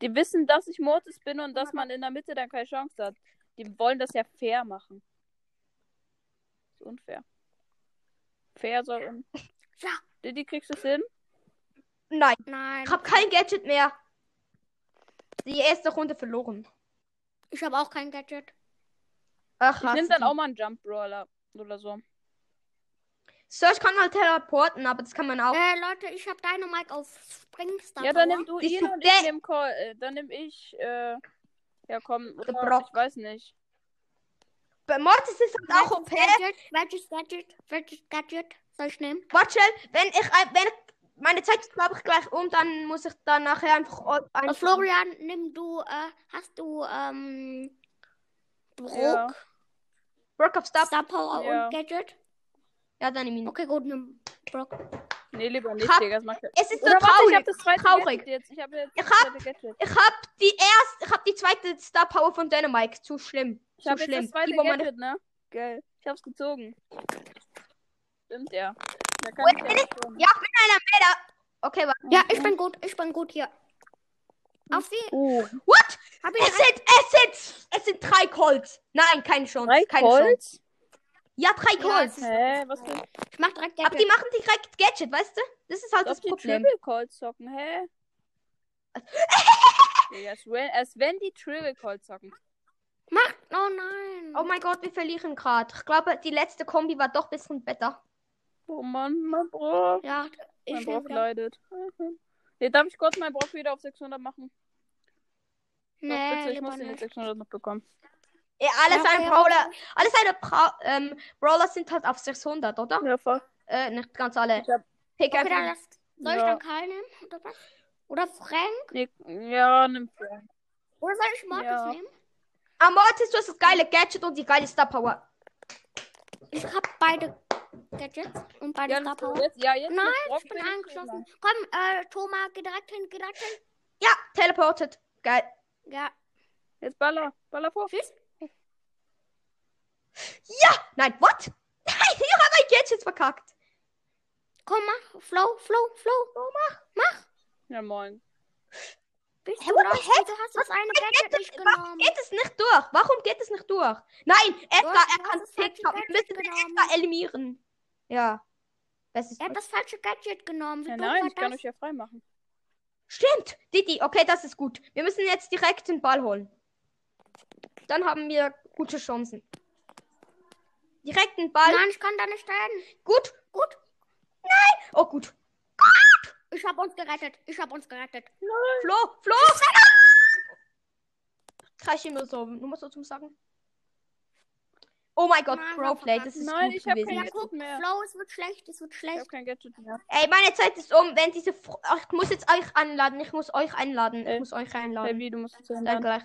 [SPEAKER 1] Die wissen, dass ich Mortis bin und dass man in der Mitte dann keine Chance hat. Die wollen das ja fair machen. ist unfair. Fair soll
[SPEAKER 4] (laughs)
[SPEAKER 1] un
[SPEAKER 2] Ja.
[SPEAKER 1] Diddy, kriegst du es hin?
[SPEAKER 4] Nein.
[SPEAKER 2] Nein.
[SPEAKER 4] Ich habe kein Gadget mehr. Die erste Runde verloren.
[SPEAKER 2] Ich habe auch kein Gadget.
[SPEAKER 4] Ach,
[SPEAKER 1] Ich nehm dann auch mal einen Jump Brawler oder so.
[SPEAKER 4] Search kann halt teleporten, aber das kann man auch.
[SPEAKER 2] Äh, Leute, ich habe Dynamite auf Springstar.
[SPEAKER 1] ja, dann
[SPEAKER 2] Power.
[SPEAKER 1] nimm du
[SPEAKER 4] Bist
[SPEAKER 1] ihn
[SPEAKER 4] du
[SPEAKER 1] und
[SPEAKER 4] dead?
[SPEAKER 1] ich nehm Call. Äh, dann nimm ich. Äh, ja, komm.
[SPEAKER 4] Der
[SPEAKER 1] Oder,
[SPEAKER 4] Brock.
[SPEAKER 1] ich weiß nicht.
[SPEAKER 4] Bei Mortis ist halt auch OP.
[SPEAKER 2] Gadget, welches Gadget, welches Gadget soll ich nehmen?
[SPEAKER 4] Warte, schnell, wenn ich, ein- wenn ich meine Zeit ist, glaube ich, gleich um, dann muss ich dann nachher einfach. o-
[SPEAKER 2] Äh,
[SPEAKER 4] ein-
[SPEAKER 2] Florian, nimm du, äh, hast du, ähm, Brock,
[SPEAKER 1] Ja.
[SPEAKER 4] Brock of Stuff.
[SPEAKER 2] Star Power
[SPEAKER 1] Ja.
[SPEAKER 2] und Gadget?
[SPEAKER 4] Ja, dann nehme ich ihn.
[SPEAKER 2] Okay, gut, nimm Brock.
[SPEAKER 1] Nee, lieber nicht,
[SPEAKER 4] Hab-
[SPEAKER 1] Digga. Das macht ja-
[SPEAKER 4] Es ist so
[SPEAKER 1] Oder warte, ich hab
[SPEAKER 4] traurig.
[SPEAKER 1] das zweite
[SPEAKER 4] Traurig.
[SPEAKER 1] Gadget jetzt. Ich hab jetzt
[SPEAKER 4] Ich
[SPEAKER 1] das
[SPEAKER 4] hab-
[SPEAKER 1] zweite Gadget.
[SPEAKER 4] Ich hab die erste, ich hab die zweite Star Power von Dynamite. Zu schlimm.
[SPEAKER 1] Ich
[SPEAKER 4] Zu
[SPEAKER 1] hab jetzt
[SPEAKER 4] schlimm.
[SPEAKER 1] das zweite
[SPEAKER 4] Die, wo man-
[SPEAKER 1] Gadget, ne? Geil. Ich hab's gezogen. Stimmt, ja. Da kann ich ja was tun.
[SPEAKER 4] Ja, ich bin einer Meta. Okay,
[SPEAKER 1] Mhm.
[SPEAKER 4] warte.
[SPEAKER 2] Ja, ich bin gut, ich bin gut hier. Auf die,
[SPEAKER 1] Oh,
[SPEAKER 4] What?
[SPEAKER 2] hab ich
[SPEAKER 4] Es sind, es sind, es sind drei Colts. Nein, keine Chance.
[SPEAKER 1] drei
[SPEAKER 4] keine Chance.
[SPEAKER 1] Colts?
[SPEAKER 4] Ja, drei
[SPEAKER 2] Ja,
[SPEAKER 4] Calls.
[SPEAKER 1] Hä, was für ein
[SPEAKER 2] ich mach direkt
[SPEAKER 4] aber die
[SPEAKER 2] Gadget.
[SPEAKER 4] machen direkt Gadget, weißt du? Das ist halt
[SPEAKER 1] Als
[SPEAKER 4] das
[SPEAKER 1] ob die
[SPEAKER 4] Problem.
[SPEAKER 1] Triple Calls zocken,
[SPEAKER 2] (laughs)
[SPEAKER 1] hä? Digga, als wenn, als wenn die Triple Calls zocken.
[SPEAKER 2] Mach, oh nein.
[SPEAKER 4] Oh mein Gott, wir verlieren gerade. Ich glaube, die letzte Kombi war doch ein bisschen besser.
[SPEAKER 1] Oh Mann, mein Bro.
[SPEAKER 2] ja,
[SPEAKER 1] Mein
[SPEAKER 2] ich
[SPEAKER 1] Bro
[SPEAKER 2] nehm wieder.
[SPEAKER 1] leidet. Nee, darf ich kurz meinen Bro wieder auf 600 machen? Doch, bitte,
[SPEAKER 2] Nee,
[SPEAKER 1] ich muss
[SPEAKER 2] lieber
[SPEAKER 1] den jetzt
[SPEAKER 2] nicht.
[SPEAKER 1] 600 noch bekommen.
[SPEAKER 4] Ja, alle
[SPEAKER 2] Ja,
[SPEAKER 4] seine
[SPEAKER 2] okay,
[SPEAKER 4] Brawler, alle seine Bra ähm, Brawler sind halt auf 600, oder?
[SPEAKER 1] Ja, voll.
[SPEAKER 4] Äh, nicht ganz alle.
[SPEAKER 1] Ich hab-
[SPEAKER 4] Pick
[SPEAKER 2] Okay, dann
[SPEAKER 4] einfach.
[SPEAKER 2] lass, soll ich
[SPEAKER 1] Ja.
[SPEAKER 2] dann Karl nehmen, oder was? Oder Frank?
[SPEAKER 1] Nee, ja, nimm Frank.
[SPEAKER 2] Oder soll ich Mortis
[SPEAKER 1] Ja.
[SPEAKER 2] nehmen?
[SPEAKER 4] Ah, Mortis, du hast das geile Gadget und die geile Star Power.
[SPEAKER 2] Ich hab beide Gadgets und beide
[SPEAKER 1] Ja,
[SPEAKER 2] Star Power.
[SPEAKER 1] jetzt, ja, jetzt.
[SPEAKER 2] Nein,
[SPEAKER 1] Brock
[SPEAKER 2] Ich bin
[SPEAKER 1] bin
[SPEAKER 2] angeschlossen. Komm, äh, Thomas, geh direkt hin, geh direkt hin.
[SPEAKER 4] Ja, teleported. Geil.
[SPEAKER 2] Ja,
[SPEAKER 1] Jetzt baller, baller vor.
[SPEAKER 2] tschüss.
[SPEAKER 4] Ja! Nein, what? (laughs) Nein, ich habe mein Gadget verkackt.
[SPEAKER 2] Komm, mach. Flow, Flow, Flow. mach. Mach.
[SPEAKER 1] Ja, moin.
[SPEAKER 2] Bist
[SPEAKER 4] Hey,
[SPEAKER 2] du
[SPEAKER 4] what the
[SPEAKER 2] los?
[SPEAKER 4] heck?
[SPEAKER 2] Wieso hast du das eine Gadget
[SPEAKER 4] Gadget,
[SPEAKER 2] nicht
[SPEAKER 4] warum
[SPEAKER 2] genommen?
[SPEAKER 4] geht es nicht durch? Warum geht es nicht durch? Nein, Edgar,
[SPEAKER 2] hast-
[SPEAKER 4] er
[SPEAKER 2] du
[SPEAKER 4] kann
[SPEAKER 2] hast das
[SPEAKER 4] Pick
[SPEAKER 2] falsche
[SPEAKER 4] haben. Wir
[SPEAKER 2] Gadget
[SPEAKER 4] müssen den
[SPEAKER 2] genommen.
[SPEAKER 4] Edgar eliminieren. Ja. Das ist
[SPEAKER 2] Er hat das falsche Gadget genommen. Wie
[SPEAKER 1] Ja,
[SPEAKER 2] dumm
[SPEAKER 1] nein,
[SPEAKER 2] war
[SPEAKER 1] ich kann
[SPEAKER 2] das?
[SPEAKER 1] euch ja frei machen.
[SPEAKER 4] Stimmt, Didi. Okay, das ist gut. Wir müssen jetzt direkt den Ball holen. Dann haben wir gute Chancen. Direkt den Ball.
[SPEAKER 2] Nein, ich kann da nicht rein.
[SPEAKER 4] Gut, gut. Nein. Oh, gut.
[SPEAKER 2] Ich hab uns gerettet. Ich hab uns gerettet.
[SPEAKER 4] Flo, Flo. Kann ich ihm nur so, nur mal so zum Sagen. Oh mein Gott,
[SPEAKER 2] Nein,
[SPEAKER 4] Broplay, das ist
[SPEAKER 1] Nein,
[SPEAKER 4] gut
[SPEAKER 1] ich hab
[SPEAKER 4] gewesen.
[SPEAKER 1] kein
[SPEAKER 2] Ja,
[SPEAKER 1] Gadget
[SPEAKER 2] guck,
[SPEAKER 1] mehr.
[SPEAKER 2] Flo, es wird schlecht, es wird
[SPEAKER 1] Ich
[SPEAKER 2] schlecht.
[SPEAKER 1] hab kein Gadget mehr.
[SPEAKER 4] Ey, meine Zeit ist um. Wenn diese. Fr Ach, ich muss jetzt euch einladen. Ich muss euch einladen. Ich
[SPEAKER 1] Ey.
[SPEAKER 4] muss euch einladen.
[SPEAKER 1] Baby, du musst es
[SPEAKER 4] Dann
[SPEAKER 1] ändern.
[SPEAKER 4] gleich.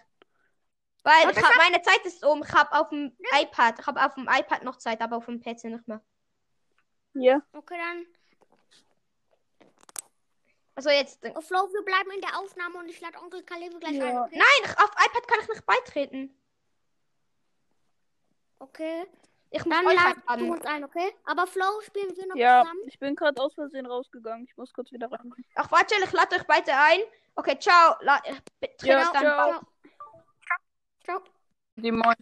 [SPEAKER 4] Weil
[SPEAKER 2] Warte,
[SPEAKER 4] ich hab, meine Zeit ist um. Ich hab auf dem iPad. Ich hab auf dem iPad noch Zeit, aber auf dem PC nicht mehr.
[SPEAKER 1] Hier.
[SPEAKER 2] Okay, dann.
[SPEAKER 4] Also jetzt. Nein,
[SPEAKER 2] Oh, Flo, wir bleiben in der Aufnahme und ich lade Onkel Kalebe gleich
[SPEAKER 1] Ja.
[SPEAKER 2] ein. Okay.
[SPEAKER 4] ich- auf iPad kann ich nicht beitreten.
[SPEAKER 2] okay.
[SPEAKER 4] Ich muss
[SPEAKER 2] Dann
[SPEAKER 4] euch
[SPEAKER 2] lad du
[SPEAKER 4] einladen.
[SPEAKER 2] uns ein, okay? Aber Flo spielen wir noch
[SPEAKER 1] Ja,
[SPEAKER 2] zusammen.
[SPEAKER 1] ich bin gerade aus Versehen rausgegangen. Ich muss kurz wieder rein.
[SPEAKER 4] Ach, warte, ich lade euch beide ein. Okay, ciao. La ich betrete
[SPEAKER 1] Ja,
[SPEAKER 4] dann
[SPEAKER 1] ciao.
[SPEAKER 4] bald.
[SPEAKER 2] Ciao.
[SPEAKER 1] Die Moin.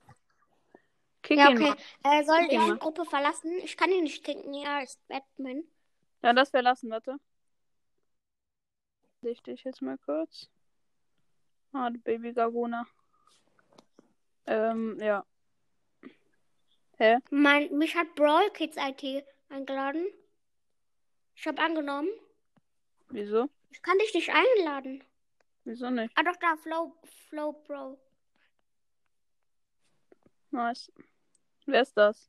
[SPEAKER 1] Kick
[SPEAKER 2] Ja,
[SPEAKER 1] ihn
[SPEAKER 2] okay.
[SPEAKER 1] mal.
[SPEAKER 2] Äh, soll ich
[SPEAKER 1] Geh mal.
[SPEAKER 2] die Gruppe verlassen? Ich kann ihn nicht kicken, er ist Batman.
[SPEAKER 1] Ja, das verlassen, warte. Sehe ich dich jetzt mal kurz. Ah, du Baby Gargona. Ähm, ja. Hä?
[SPEAKER 2] Mein, mich hat Brawl Kids IT eingeladen. Ich habe angenommen.
[SPEAKER 1] Wieso?
[SPEAKER 2] Ich kann dich nicht einladen.
[SPEAKER 1] Wieso nicht?
[SPEAKER 2] Ah, doch, da, Flow, Flow Bro.
[SPEAKER 1] Nice. Wer ist das?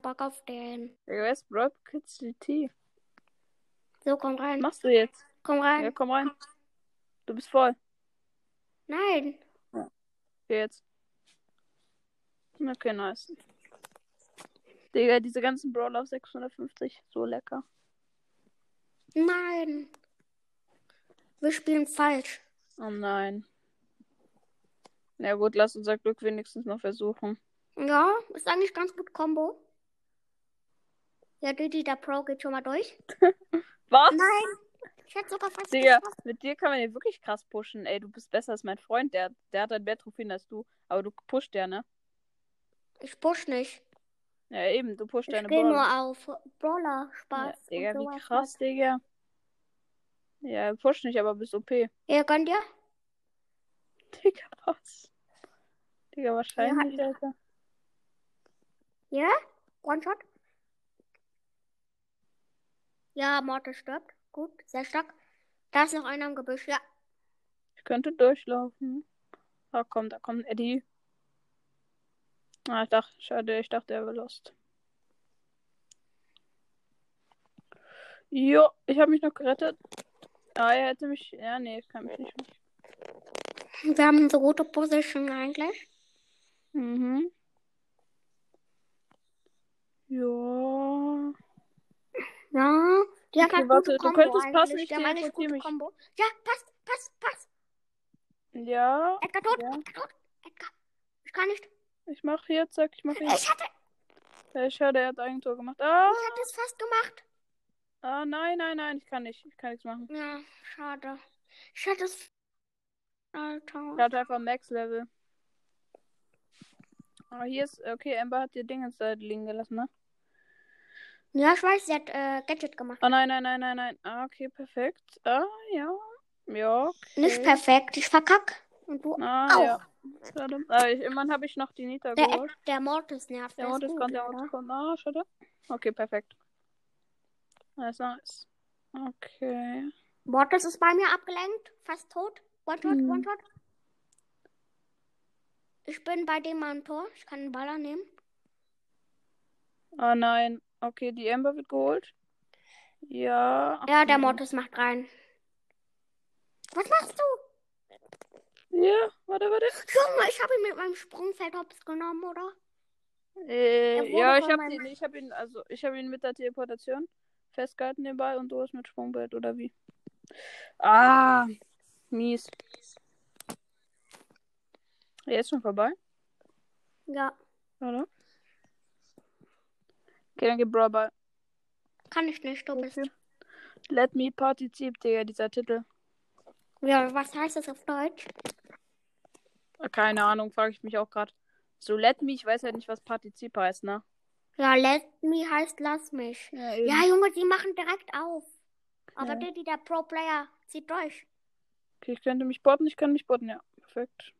[SPEAKER 2] Bock auf den.
[SPEAKER 1] Ja, Wer ist Rob Kids GT?
[SPEAKER 2] So, komm rein.
[SPEAKER 1] Was machst du jetzt?
[SPEAKER 2] Komm
[SPEAKER 1] Ja,
[SPEAKER 2] rein.
[SPEAKER 1] komm rein. Du bist voll.
[SPEAKER 2] Nein.
[SPEAKER 1] Geh jetzt. Okay, nice. Digga, diese ganzen Brawler auf 650. So lecker.
[SPEAKER 2] Nein. Wir spielen falsch.
[SPEAKER 1] Oh nein. Na gut, lass unser Glück wenigstens noch versuchen.
[SPEAKER 2] Ja, ist eigentlich ganz gut Combo. Ja, Didi, der Pro geht schon mal durch.
[SPEAKER 1] Was?
[SPEAKER 2] Nein. Ich hätte sogar fast
[SPEAKER 1] Digga,
[SPEAKER 2] geschafft.
[SPEAKER 1] mit dir kann man ja wirklich krass pushen. Ey, du bist besser als mein Freund. Der, der hat halt mehr Trophäen als du. Aber du pusht ja, ne?
[SPEAKER 2] Ich push nicht.
[SPEAKER 1] Ja, eben, du pusht
[SPEAKER 2] Ich
[SPEAKER 1] deine
[SPEAKER 2] gehe
[SPEAKER 1] Brawler.
[SPEAKER 2] nur auf Brawler
[SPEAKER 1] Ja,
[SPEAKER 2] Spaß.
[SPEAKER 1] Digga,
[SPEAKER 2] und
[SPEAKER 1] wie
[SPEAKER 2] sowas. ne?
[SPEAKER 1] krass, Digga. Ja, push nicht, aber bist OP.
[SPEAKER 2] Ja, gönn dir.
[SPEAKER 1] (laughs) Digga, was? Digga,
[SPEAKER 2] halt
[SPEAKER 1] wahrscheinlich, Alter.
[SPEAKER 2] Ja? One-Shot? Ja, Mortis stirbt. Gut, sehr stark. Da ist noch einer im Gebüsch. Ja, (laughs)
[SPEAKER 1] Ich könnte durchlaufen. Ah, komm, da kommt Eddie. Ah, ich dachte, schade, ich dachte, er wäre lost. Jo, ich habe mich noch gerettet. Ah, er hätte mich. Ja, nee, ich kann mich nicht.
[SPEAKER 2] wir haben so gute Position eigentlich.
[SPEAKER 1] Mhm. Ja.
[SPEAKER 2] Ja, die hat
[SPEAKER 1] Okay,
[SPEAKER 2] halt
[SPEAKER 1] warte,
[SPEAKER 2] gute
[SPEAKER 1] du
[SPEAKER 2] Combo
[SPEAKER 1] könntest
[SPEAKER 2] eigentlich.
[SPEAKER 1] passen, ich
[SPEAKER 2] Die haben eigentlich
[SPEAKER 1] teleportiere
[SPEAKER 2] gute
[SPEAKER 1] mich.
[SPEAKER 2] Combo. Ja, passt, passt, passt.
[SPEAKER 1] Ja,
[SPEAKER 2] Edgar tot,
[SPEAKER 1] Ja.
[SPEAKER 2] Edgar tot, Edgar. Ich kann nicht.
[SPEAKER 1] ich mache hier, zack, ich mache hier.
[SPEAKER 2] Ich hatte,
[SPEAKER 1] Ja, schade, er hat Eigentor gemacht. Ah,
[SPEAKER 2] ich hatte es fast gemacht.
[SPEAKER 1] ah, nein, nein, nein, ich kann nicht. Ich kann nichts machen.
[SPEAKER 2] Ja, schade. Ich hatte es. Alter.
[SPEAKER 1] Ich hatte einfach Max-Level. Aber Ah, hier ist. Okay, Amber hat ihr Ding ins Seite liegen gelassen, ne?
[SPEAKER 2] Ja, ich weiß, sie hat äh, Gadget gemacht.
[SPEAKER 1] Ah, nein, nein, nein, nein, nein. Ah, okay, perfekt. Ah, ja. Ja, okay.
[SPEAKER 2] Nicht perfekt, ich verkack. Und du
[SPEAKER 1] Ah,
[SPEAKER 2] auch.
[SPEAKER 1] ja. Schade. Ah, ich, immerhin habe ich noch die Nita
[SPEAKER 2] Der,
[SPEAKER 1] geholt.
[SPEAKER 2] Ed- der Mortis nervt.
[SPEAKER 1] Der
[SPEAKER 2] ist
[SPEAKER 1] Mond ist
[SPEAKER 2] gut,
[SPEAKER 1] kommt, der
[SPEAKER 2] oder?
[SPEAKER 1] Mond kommt. Ah, schade. Okay, perfekt. Nice, nice. Okay.
[SPEAKER 2] Mortis ist bei mir abgelenkt. Fast tot. One-Shot,
[SPEAKER 1] Hm.
[SPEAKER 2] One-Shot. Ich bin bei dem am Tor. Ich kann den Baller nehmen.
[SPEAKER 1] Ah, nein. Okay, die Amber wird geholt. Ja. Ach,
[SPEAKER 2] Ja, der
[SPEAKER 1] nee.
[SPEAKER 2] Mortis macht rein. Was machst du?
[SPEAKER 1] Ja, warte, warte.
[SPEAKER 2] Junge, ich habe ihn mit meinem Sprungfeld hops genommen, oder? Er
[SPEAKER 1] Äh,
[SPEAKER 2] wurde
[SPEAKER 1] ja, ich
[SPEAKER 2] von
[SPEAKER 1] habe
[SPEAKER 2] meinem-
[SPEAKER 1] ihn, ich habe ihn, also ich habe ihn mit der Teleportation festgehalten den Ball und du hast mit Sprungbrett oder wie? Ah, mies. Er ist schon vorbei,
[SPEAKER 2] Ja,
[SPEAKER 1] oder? Okay, dann gib Brawl Ball.
[SPEAKER 2] kann ich nicht. Du bist.
[SPEAKER 1] Okay. Let me participate, Digga, dieser Titel.
[SPEAKER 2] Ja, was heißt das auf Deutsch?
[SPEAKER 1] Ah, Keine Ahnung, frage ich mich auch gerade. So let me, ich weiß halt nicht, was Partizip heißt, ne?
[SPEAKER 2] Ja, let me heißt lass mich.
[SPEAKER 1] Ja,
[SPEAKER 2] Ja, Junge, die machen direkt auf. Aber der, der Pro-Player zieht durch.
[SPEAKER 1] Okay, ich könnte mich botten, ich kann mich botten, ja. Perfekt.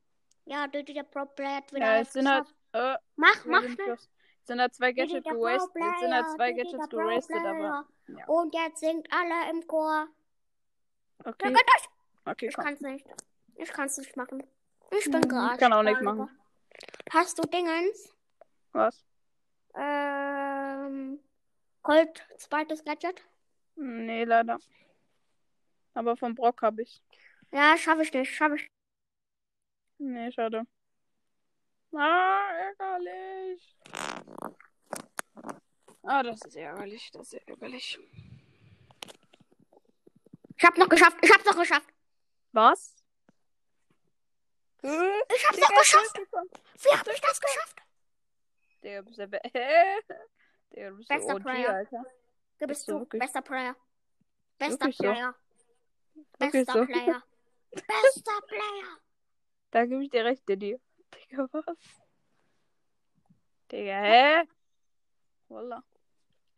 [SPEAKER 2] Ja, der, der Pro-Player hat wieder
[SPEAKER 1] Ja,
[SPEAKER 2] alles
[SPEAKER 1] jetzt sind halt.
[SPEAKER 2] geschafft.
[SPEAKER 1] Äh,
[SPEAKER 2] Mach,
[SPEAKER 1] wir
[SPEAKER 2] mach
[SPEAKER 1] sind
[SPEAKER 2] schnell.
[SPEAKER 1] los. Jetzt sind halt zwei
[SPEAKER 2] Der,
[SPEAKER 1] Gadgets
[SPEAKER 2] der
[SPEAKER 1] gewastet. Jetzt sind halt
[SPEAKER 2] Pro-Player,
[SPEAKER 1] zwei
[SPEAKER 2] der,
[SPEAKER 1] Gadgets
[SPEAKER 2] der
[SPEAKER 1] gewastet, aber.
[SPEAKER 2] Pro-Player. Und jetzt singt alle im Chor. Oh
[SPEAKER 1] Okay. Okay,
[SPEAKER 2] Ich
[SPEAKER 1] komm.
[SPEAKER 2] kann's nicht. Ich kann's nicht machen. Ich bin
[SPEAKER 1] Mhm, ich
[SPEAKER 2] gerade.
[SPEAKER 1] kann auch nicht machen.
[SPEAKER 2] Hast du Dingens?
[SPEAKER 1] Was?
[SPEAKER 2] Ähm. Gold, zweites Gadget?
[SPEAKER 1] Nee, leider. Aber vom Brock habe ich.
[SPEAKER 2] Ja, schaffe ich nicht. Schaffe ich.
[SPEAKER 1] Nee, schade. Ah, ärgerlich. Ah, das ist ärgerlich, das ist ärgerlich.
[SPEAKER 2] Ich hab's noch geschafft. Ich hab's noch geschafft.
[SPEAKER 1] Was? Äh,
[SPEAKER 2] Ich hab's noch geschafft. Wie hab ich das geschafft?
[SPEAKER 1] Der bist ja be- (laughs) Der bist ja
[SPEAKER 2] Bester
[SPEAKER 1] OG,
[SPEAKER 2] Player.
[SPEAKER 1] Alter.
[SPEAKER 2] Du
[SPEAKER 1] Bist
[SPEAKER 2] bist
[SPEAKER 1] du
[SPEAKER 2] du.
[SPEAKER 1] wirklich-
[SPEAKER 2] Bester Player. Bester
[SPEAKER 1] Wirklich so?
[SPEAKER 2] Player.
[SPEAKER 1] Wirklich
[SPEAKER 2] Bester
[SPEAKER 1] so? (laughs)
[SPEAKER 2] Player. Bester Player.
[SPEAKER 1] Da gebe ich dir recht, Diddy. Digga, was? Digga, hä? Voila.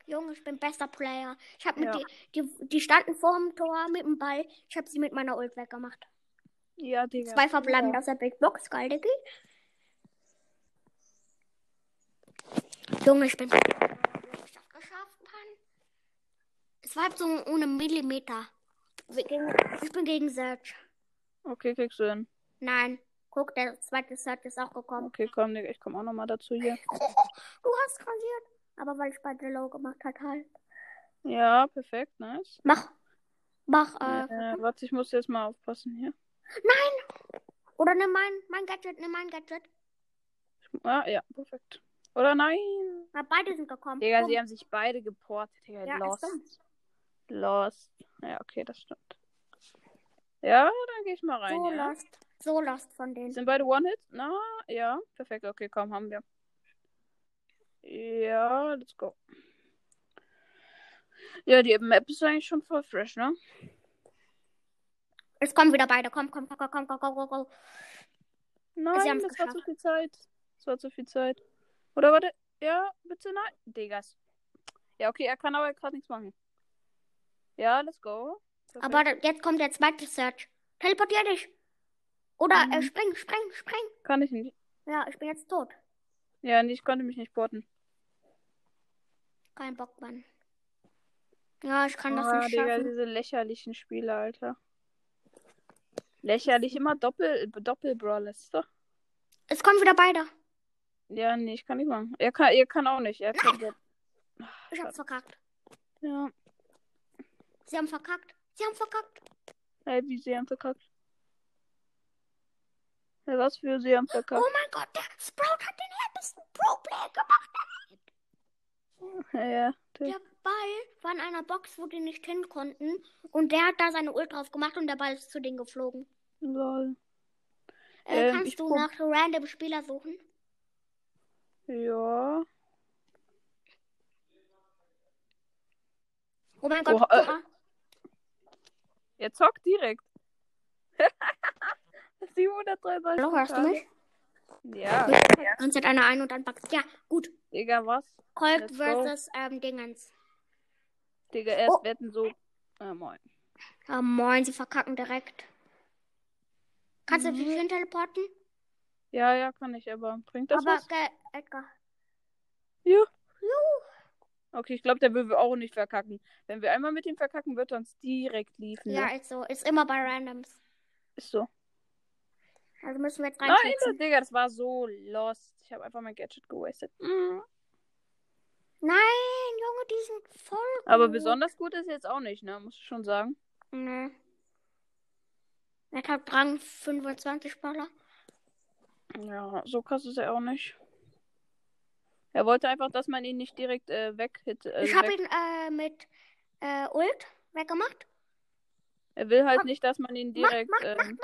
[SPEAKER 2] Junge, ich bin bester Player. Ich hab mit
[SPEAKER 1] Ja.
[SPEAKER 2] die, die, die standen vor dem Tor mit dem Ball. Ich hab sie mit meiner Ult weggemacht.
[SPEAKER 1] Ja, Digga.
[SPEAKER 2] Zwei verbleiben aus der Big Box, geil, Diggi. Junge, ich bin. Ich hab geschafft, Mann. Es war halt so ohne Millimeter. Wir Gegen, ich bin gegen Search.
[SPEAKER 1] Okay, kriegst du hin.
[SPEAKER 2] Nein. Guck, der zweite Search ist auch gekommen.
[SPEAKER 1] Okay, komm, Digga, ich komme auch nochmal dazu hier.
[SPEAKER 2] Du hast rasiert. Aber weil ich beide low gemacht hat, halt.
[SPEAKER 1] Ja, perfekt, nice.
[SPEAKER 2] Mach. Mach, äh.
[SPEAKER 1] Äh, warte, ich muss jetzt mal aufpassen hier.
[SPEAKER 2] Oder nimm mein, mein Gadget, nimm mein Gadget.
[SPEAKER 1] Ah, ja, perfekt. Oder nein?
[SPEAKER 2] Na, beide sind gekommen.
[SPEAKER 1] Digga,
[SPEAKER 2] Dumm.
[SPEAKER 1] sie haben sich beide geportet. Digga,
[SPEAKER 2] Ja, ist
[SPEAKER 1] lost.
[SPEAKER 2] dumm.
[SPEAKER 1] Lost. Ja, okay, das stimmt. Ja, dann gehe ich mal rein.
[SPEAKER 2] so
[SPEAKER 1] ja.
[SPEAKER 2] lost. So lost von denen.
[SPEAKER 1] Sind beide One-Hits? Na, ja. Perfekt, okay, komm, haben wir. Ja, let's go. Ja, die Map ist eigentlich schon voll fresh, ne?
[SPEAKER 2] Es kommen wieder beide. Komm, komm, komm, komm, komm, komm, komm, komm, komm.
[SPEAKER 1] Nein, das
[SPEAKER 2] haben's
[SPEAKER 1] war zu viel Zeit. Das war zu viel Zeit. Oder warte, ja, bitte nein. Diggas. Ja, okay, er kann aber gerade nichts machen. Ja, let's go. Perfekt.
[SPEAKER 2] Aber da- jetzt kommt der zweite Search. Teleportier dich. Oder
[SPEAKER 1] Mhm.
[SPEAKER 2] äh, spring, spring, spring.
[SPEAKER 1] kann ich nicht.
[SPEAKER 2] Ja, ich bin jetzt tot.
[SPEAKER 1] Ja, nee, ich konnte mich nicht porten.
[SPEAKER 2] Kein Bock, Mann. Ja, ich kann das
[SPEAKER 1] Ah,
[SPEAKER 2] nicht
[SPEAKER 1] Digga,
[SPEAKER 2] schaffen.
[SPEAKER 1] diese lächerlichen Spiele, Alter. Lächerlich immer Doppel, Doppel-Brawl ist doch.
[SPEAKER 2] Es kommen wieder beide.
[SPEAKER 1] Ja, nee, ich kann nicht machen. Er kann, er kann auch nicht. Er kann
[SPEAKER 2] Ich hab's verkackt.
[SPEAKER 1] ja.
[SPEAKER 2] Sie haben verkackt. Sie haben verkackt.
[SPEAKER 1] Ey, wie sie haben verkackt. Ja, was für sie haben verkackt.
[SPEAKER 2] Oh mein Gott, der Sprout hat den härtesten Pro-Play gemacht.
[SPEAKER 1] Ja, ja.
[SPEAKER 2] Der Ball war in einer Box, wo die nicht hin konnten. Und der hat da seine Ult drauf gemacht und der Ball ist zu denen geflogen.
[SPEAKER 1] Lol.
[SPEAKER 2] Äh,
[SPEAKER 1] Ähm, ich
[SPEAKER 2] kannst du
[SPEAKER 1] prob-
[SPEAKER 2] nach random Spieler suchen?
[SPEAKER 1] Ja.
[SPEAKER 2] Oh mein Gott,
[SPEAKER 1] Oha,
[SPEAKER 2] guck
[SPEAKER 1] äh,
[SPEAKER 2] mal.
[SPEAKER 1] Er zockt direkt. (laughs) 733.
[SPEAKER 2] Hallo, hörst du
[SPEAKER 1] Tage.
[SPEAKER 2] mich?
[SPEAKER 1] Ja,
[SPEAKER 2] Sonst hat einer ein und dann packt. Ja, gut.
[SPEAKER 1] Digga, was?
[SPEAKER 2] Colt
[SPEAKER 1] Let's go.
[SPEAKER 2] versus ähm, Dingens.
[SPEAKER 1] Digga, erst
[SPEAKER 2] Oh.
[SPEAKER 1] wetten so. Ah, moin.
[SPEAKER 2] Ah, moin, sie verkacken direkt. Kannst
[SPEAKER 1] Mhm.
[SPEAKER 2] du dich hin teleporten?
[SPEAKER 1] Ja, ja, kann ich, aber bringt das
[SPEAKER 2] Aber
[SPEAKER 1] was?
[SPEAKER 2] ge- Edgar.
[SPEAKER 1] Okay, ich glaube, der will auch nicht verkacken. Wenn wir einmal mit ihm verkacken, wird er uns direkt liefen.
[SPEAKER 2] Ja,
[SPEAKER 1] Ne?
[SPEAKER 2] ist so. Ist immer bei Randoms.
[SPEAKER 1] Ist so.
[SPEAKER 2] Also müssen wir jetzt
[SPEAKER 1] Nein,
[SPEAKER 2] reinklicken.
[SPEAKER 1] Digga, das war so lost. Ich habe einfach mein Gadget gewastet.
[SPEAKER 2] Mhm. Nein, Junge, die sind voll.
[SPEAKER 1] Aber
[SPEAKER 2] gut.
[SPEAKER 1] besonders gut ist jetzt auch nicht, ne? Muss ich schon sagen.
[SPEAKER 2] Nee. Er hat Rang 25 Baller.
[SPEAKER 1] Ja, so krass ist er auch nicht. Er wollte einfach, dass man ihn nicht direkt äh, weghit. Äh,
[SPEAKER 2] ich habe
[SPEAKER 1] weg.
[SPEAKER 2] ihn äh, mit äh, Ult weggemacht.
[SPEAKER 1] Er will halt
[SPEAKER 2] Mach-
[SPEAKER 1] nicht, dass man ihn
[SPEAKER 2] Mach,
[SPEAKER 1] direkt.
[SPEAKER 2] mach,
[SPEAKER 1] ähm,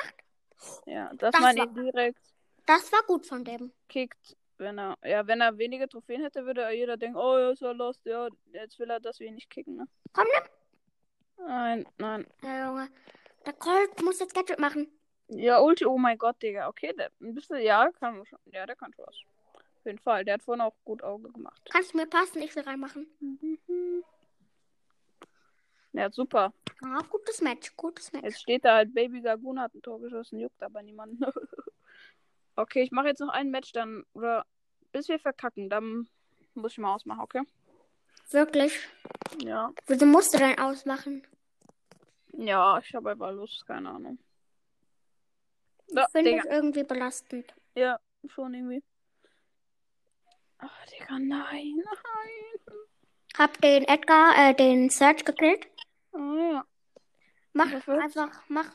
[SPEAKER 1] Ja, dass
[SPEAKER 2] Das
[SPEAKER 1] man
[SPEAKER 2] war-
[SPEAKER 1] ihn direkt
[SPEAKER 2] Das war gut von dem.
[SPEAKER 1] kickt. Wenn er, ja, wenn er wenige Trophäen hätte, würde jeder denken, oh, ja, ist ja lost, ja, jetzt will er, dass wir ihn nicht kicken, ne?
[SPEAKER 2] Komm, nimm.
[SPEAKER 1] Nein, nein.
[SPEAKER 2] Ja, Äh, Junge. Der Colt muss jetzt Gadget machen.
[SPEAKER 1] Ja, Ulti, oh mein Gott, Digga. Okay, der, ein bisschen, ja, kann schon. Ja, der kann schon was. Auf jeden Fall. Der hat vorhin auch gut Auge gemacht. (laughs)
[SPEAKER 2] Kannst du mir passen? Ich will reinmachen.
[SPEAKER 1] Ja, super.
[SPEAKER 2] Ah, gutes Match, gutes Match.
[SPEAKER 1] Jetzt steht da halt, Baby Garguna hat ein Tor geschossen, juckt aber niemanden. (laughs) okay, ich mache jetzt noch ein Match dann, oder bis wir verkacken, dann muss ich mal ausmachen, okay?
[SPEAKER 2] Wirklich.
[SPEAKER 1] Ja.
[SPEAKER 2] Wieso musst du denn ausmachen?
[SPEAKER 1] Ja, ich habe einfach Lust, keine Ahnung. Da,
[SPEAKER 2] Ich finde
[SPEAKER 1] Digga.
[SPEAKER 2] das irgendwie belastend.
[SPEAKER 1] Ja, schon irgendwie. Ach, Digga, nein, nein.
[SPEAKER 2] Hab den Edgar, äh, den Search gekillt.
[SPEAKER 1] Oh, ja.
[SPEAKER 2] Mach
[SPEAKER 1] Was wird's?
[SPEAKER 2] einfach, mach.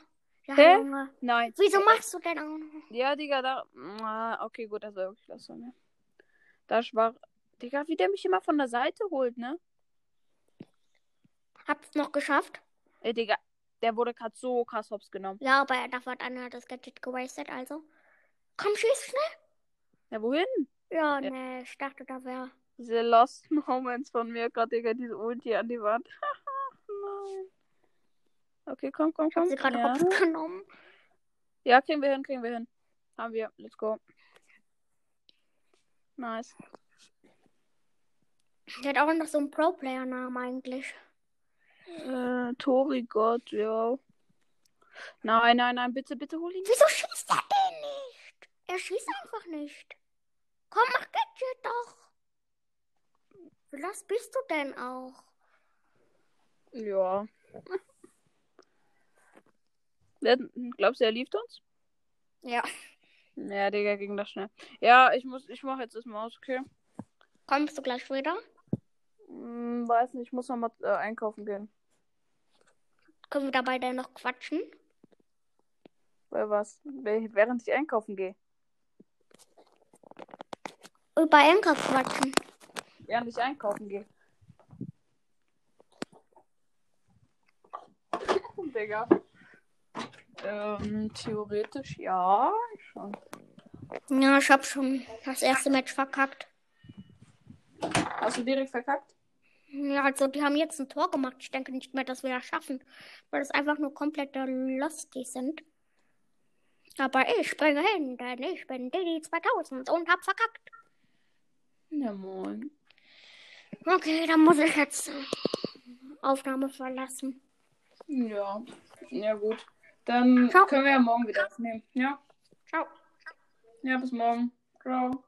[SPEAKER 2] Ja,
[SPEAKER 1] Hä?
[SPEAKER 2] Junge.
[SPEAKER 1] Nein.
[SPEAKER 2] Wieso machst du denn auch noch?
[SPEAKER 1] Ja, Digga, da. Ah, Okay, gut, das war wirklich das von mir. Da war. Digga, wie der mich immer von der Seite holt, ne?
[SPEAKER 2] Hab's noch geschafft.
[SPEAKER 1] Ey, Digga, der wurde gerade so krass hops genommen.
[SPEAKER 2] Ja, aber dafür hat einer das Gadget gewastet, also. Komm, schieß schnell.
[SPEAKER 1] Ja, wohin?
[SPEAKER 2] Ja, ne, ich dachte, da wäre.
[SPEAKER 1] Diese Lost Moments von mir gerade, Digga, diese Ulti an die Wand. (laughs) Nein. Okay, komm, komm,
[SPEAKER 2] Ich hab
[SPEAKER 1] komm.
[SPEAKER 2] sie gerade
[SPEAKER 1] Ja.
[SPEAKER 2] hops genommen.
[SPEAKER 1] ja, kriegen wir hin, kriegen wir hin. Haben wir. Let's go. Nice.
[SPEAKER 2] Der hat auch noch so einen Pro-Player-Namen eigentlich.
[SPEAKER 1] Äh, Tori Gott, ja. Nein, nein, nein, bitte, bitte hol ihn.
[SPEAKER 2] Wieso schießt er den nicht? Er schießt einfach nicht. Komm, mach Gadget doch. Wie los bist du denn auch?
[SPEAKER 1] Ja. Wer- Glaubst du, er lief uns?
[SPEAKER 2] Ja.
[SPEAKER 1] Ja, Digga, ging das schnell. Ja, ich muss, ich mach jetzt erstmal aus, okay?
[SPEAKER 2] Kommst du gleich wieder?
[SPEAKER 1] Hm, weiß nicht, ich muss nochmal äh, einkaufen gehen.
[SPEAKER 2] Können wir dabei dann noch quatschen?
[SPEAKER 1] Bei was? Wäh- Während ich einkaufen gehe.
[SPEAKER 2] Über Enker quatschen.
[SPEAKER 1] Während ich einkaufen gehe. (laughs) Digga. Ähm, theoretisch ja, schon.
[SPEAKER 2] Ja, ich hab schon das erste Match verkackt.
[SPEAKER 1] Hast du direkt verkackt?
[SPEAKER 2] Ja, also die haben jetzt ein Tor gemacht. Ich denke nicht mehr, dass wir das schaffen, weil es einfach nur komplette Losty sind. Aber ich springe hin, denn ich bin Didi 2000 und hab verkackt.
[SPEAKER 1] Ja, moin.
[SPEAKER 2] Okay, dann muss ich jetzt äh, Aufnahme verlassen.
[SPEAKER 1] Ja, ja gut. Dann
[SPEAKER 2] Ciao.
[SPEAKER 1] können wir ja morgen wieder aufnehmen. Ja,
[SPEAKER 2] Ciao.
[SPEAKER 1] ja bis morgen. Ciao.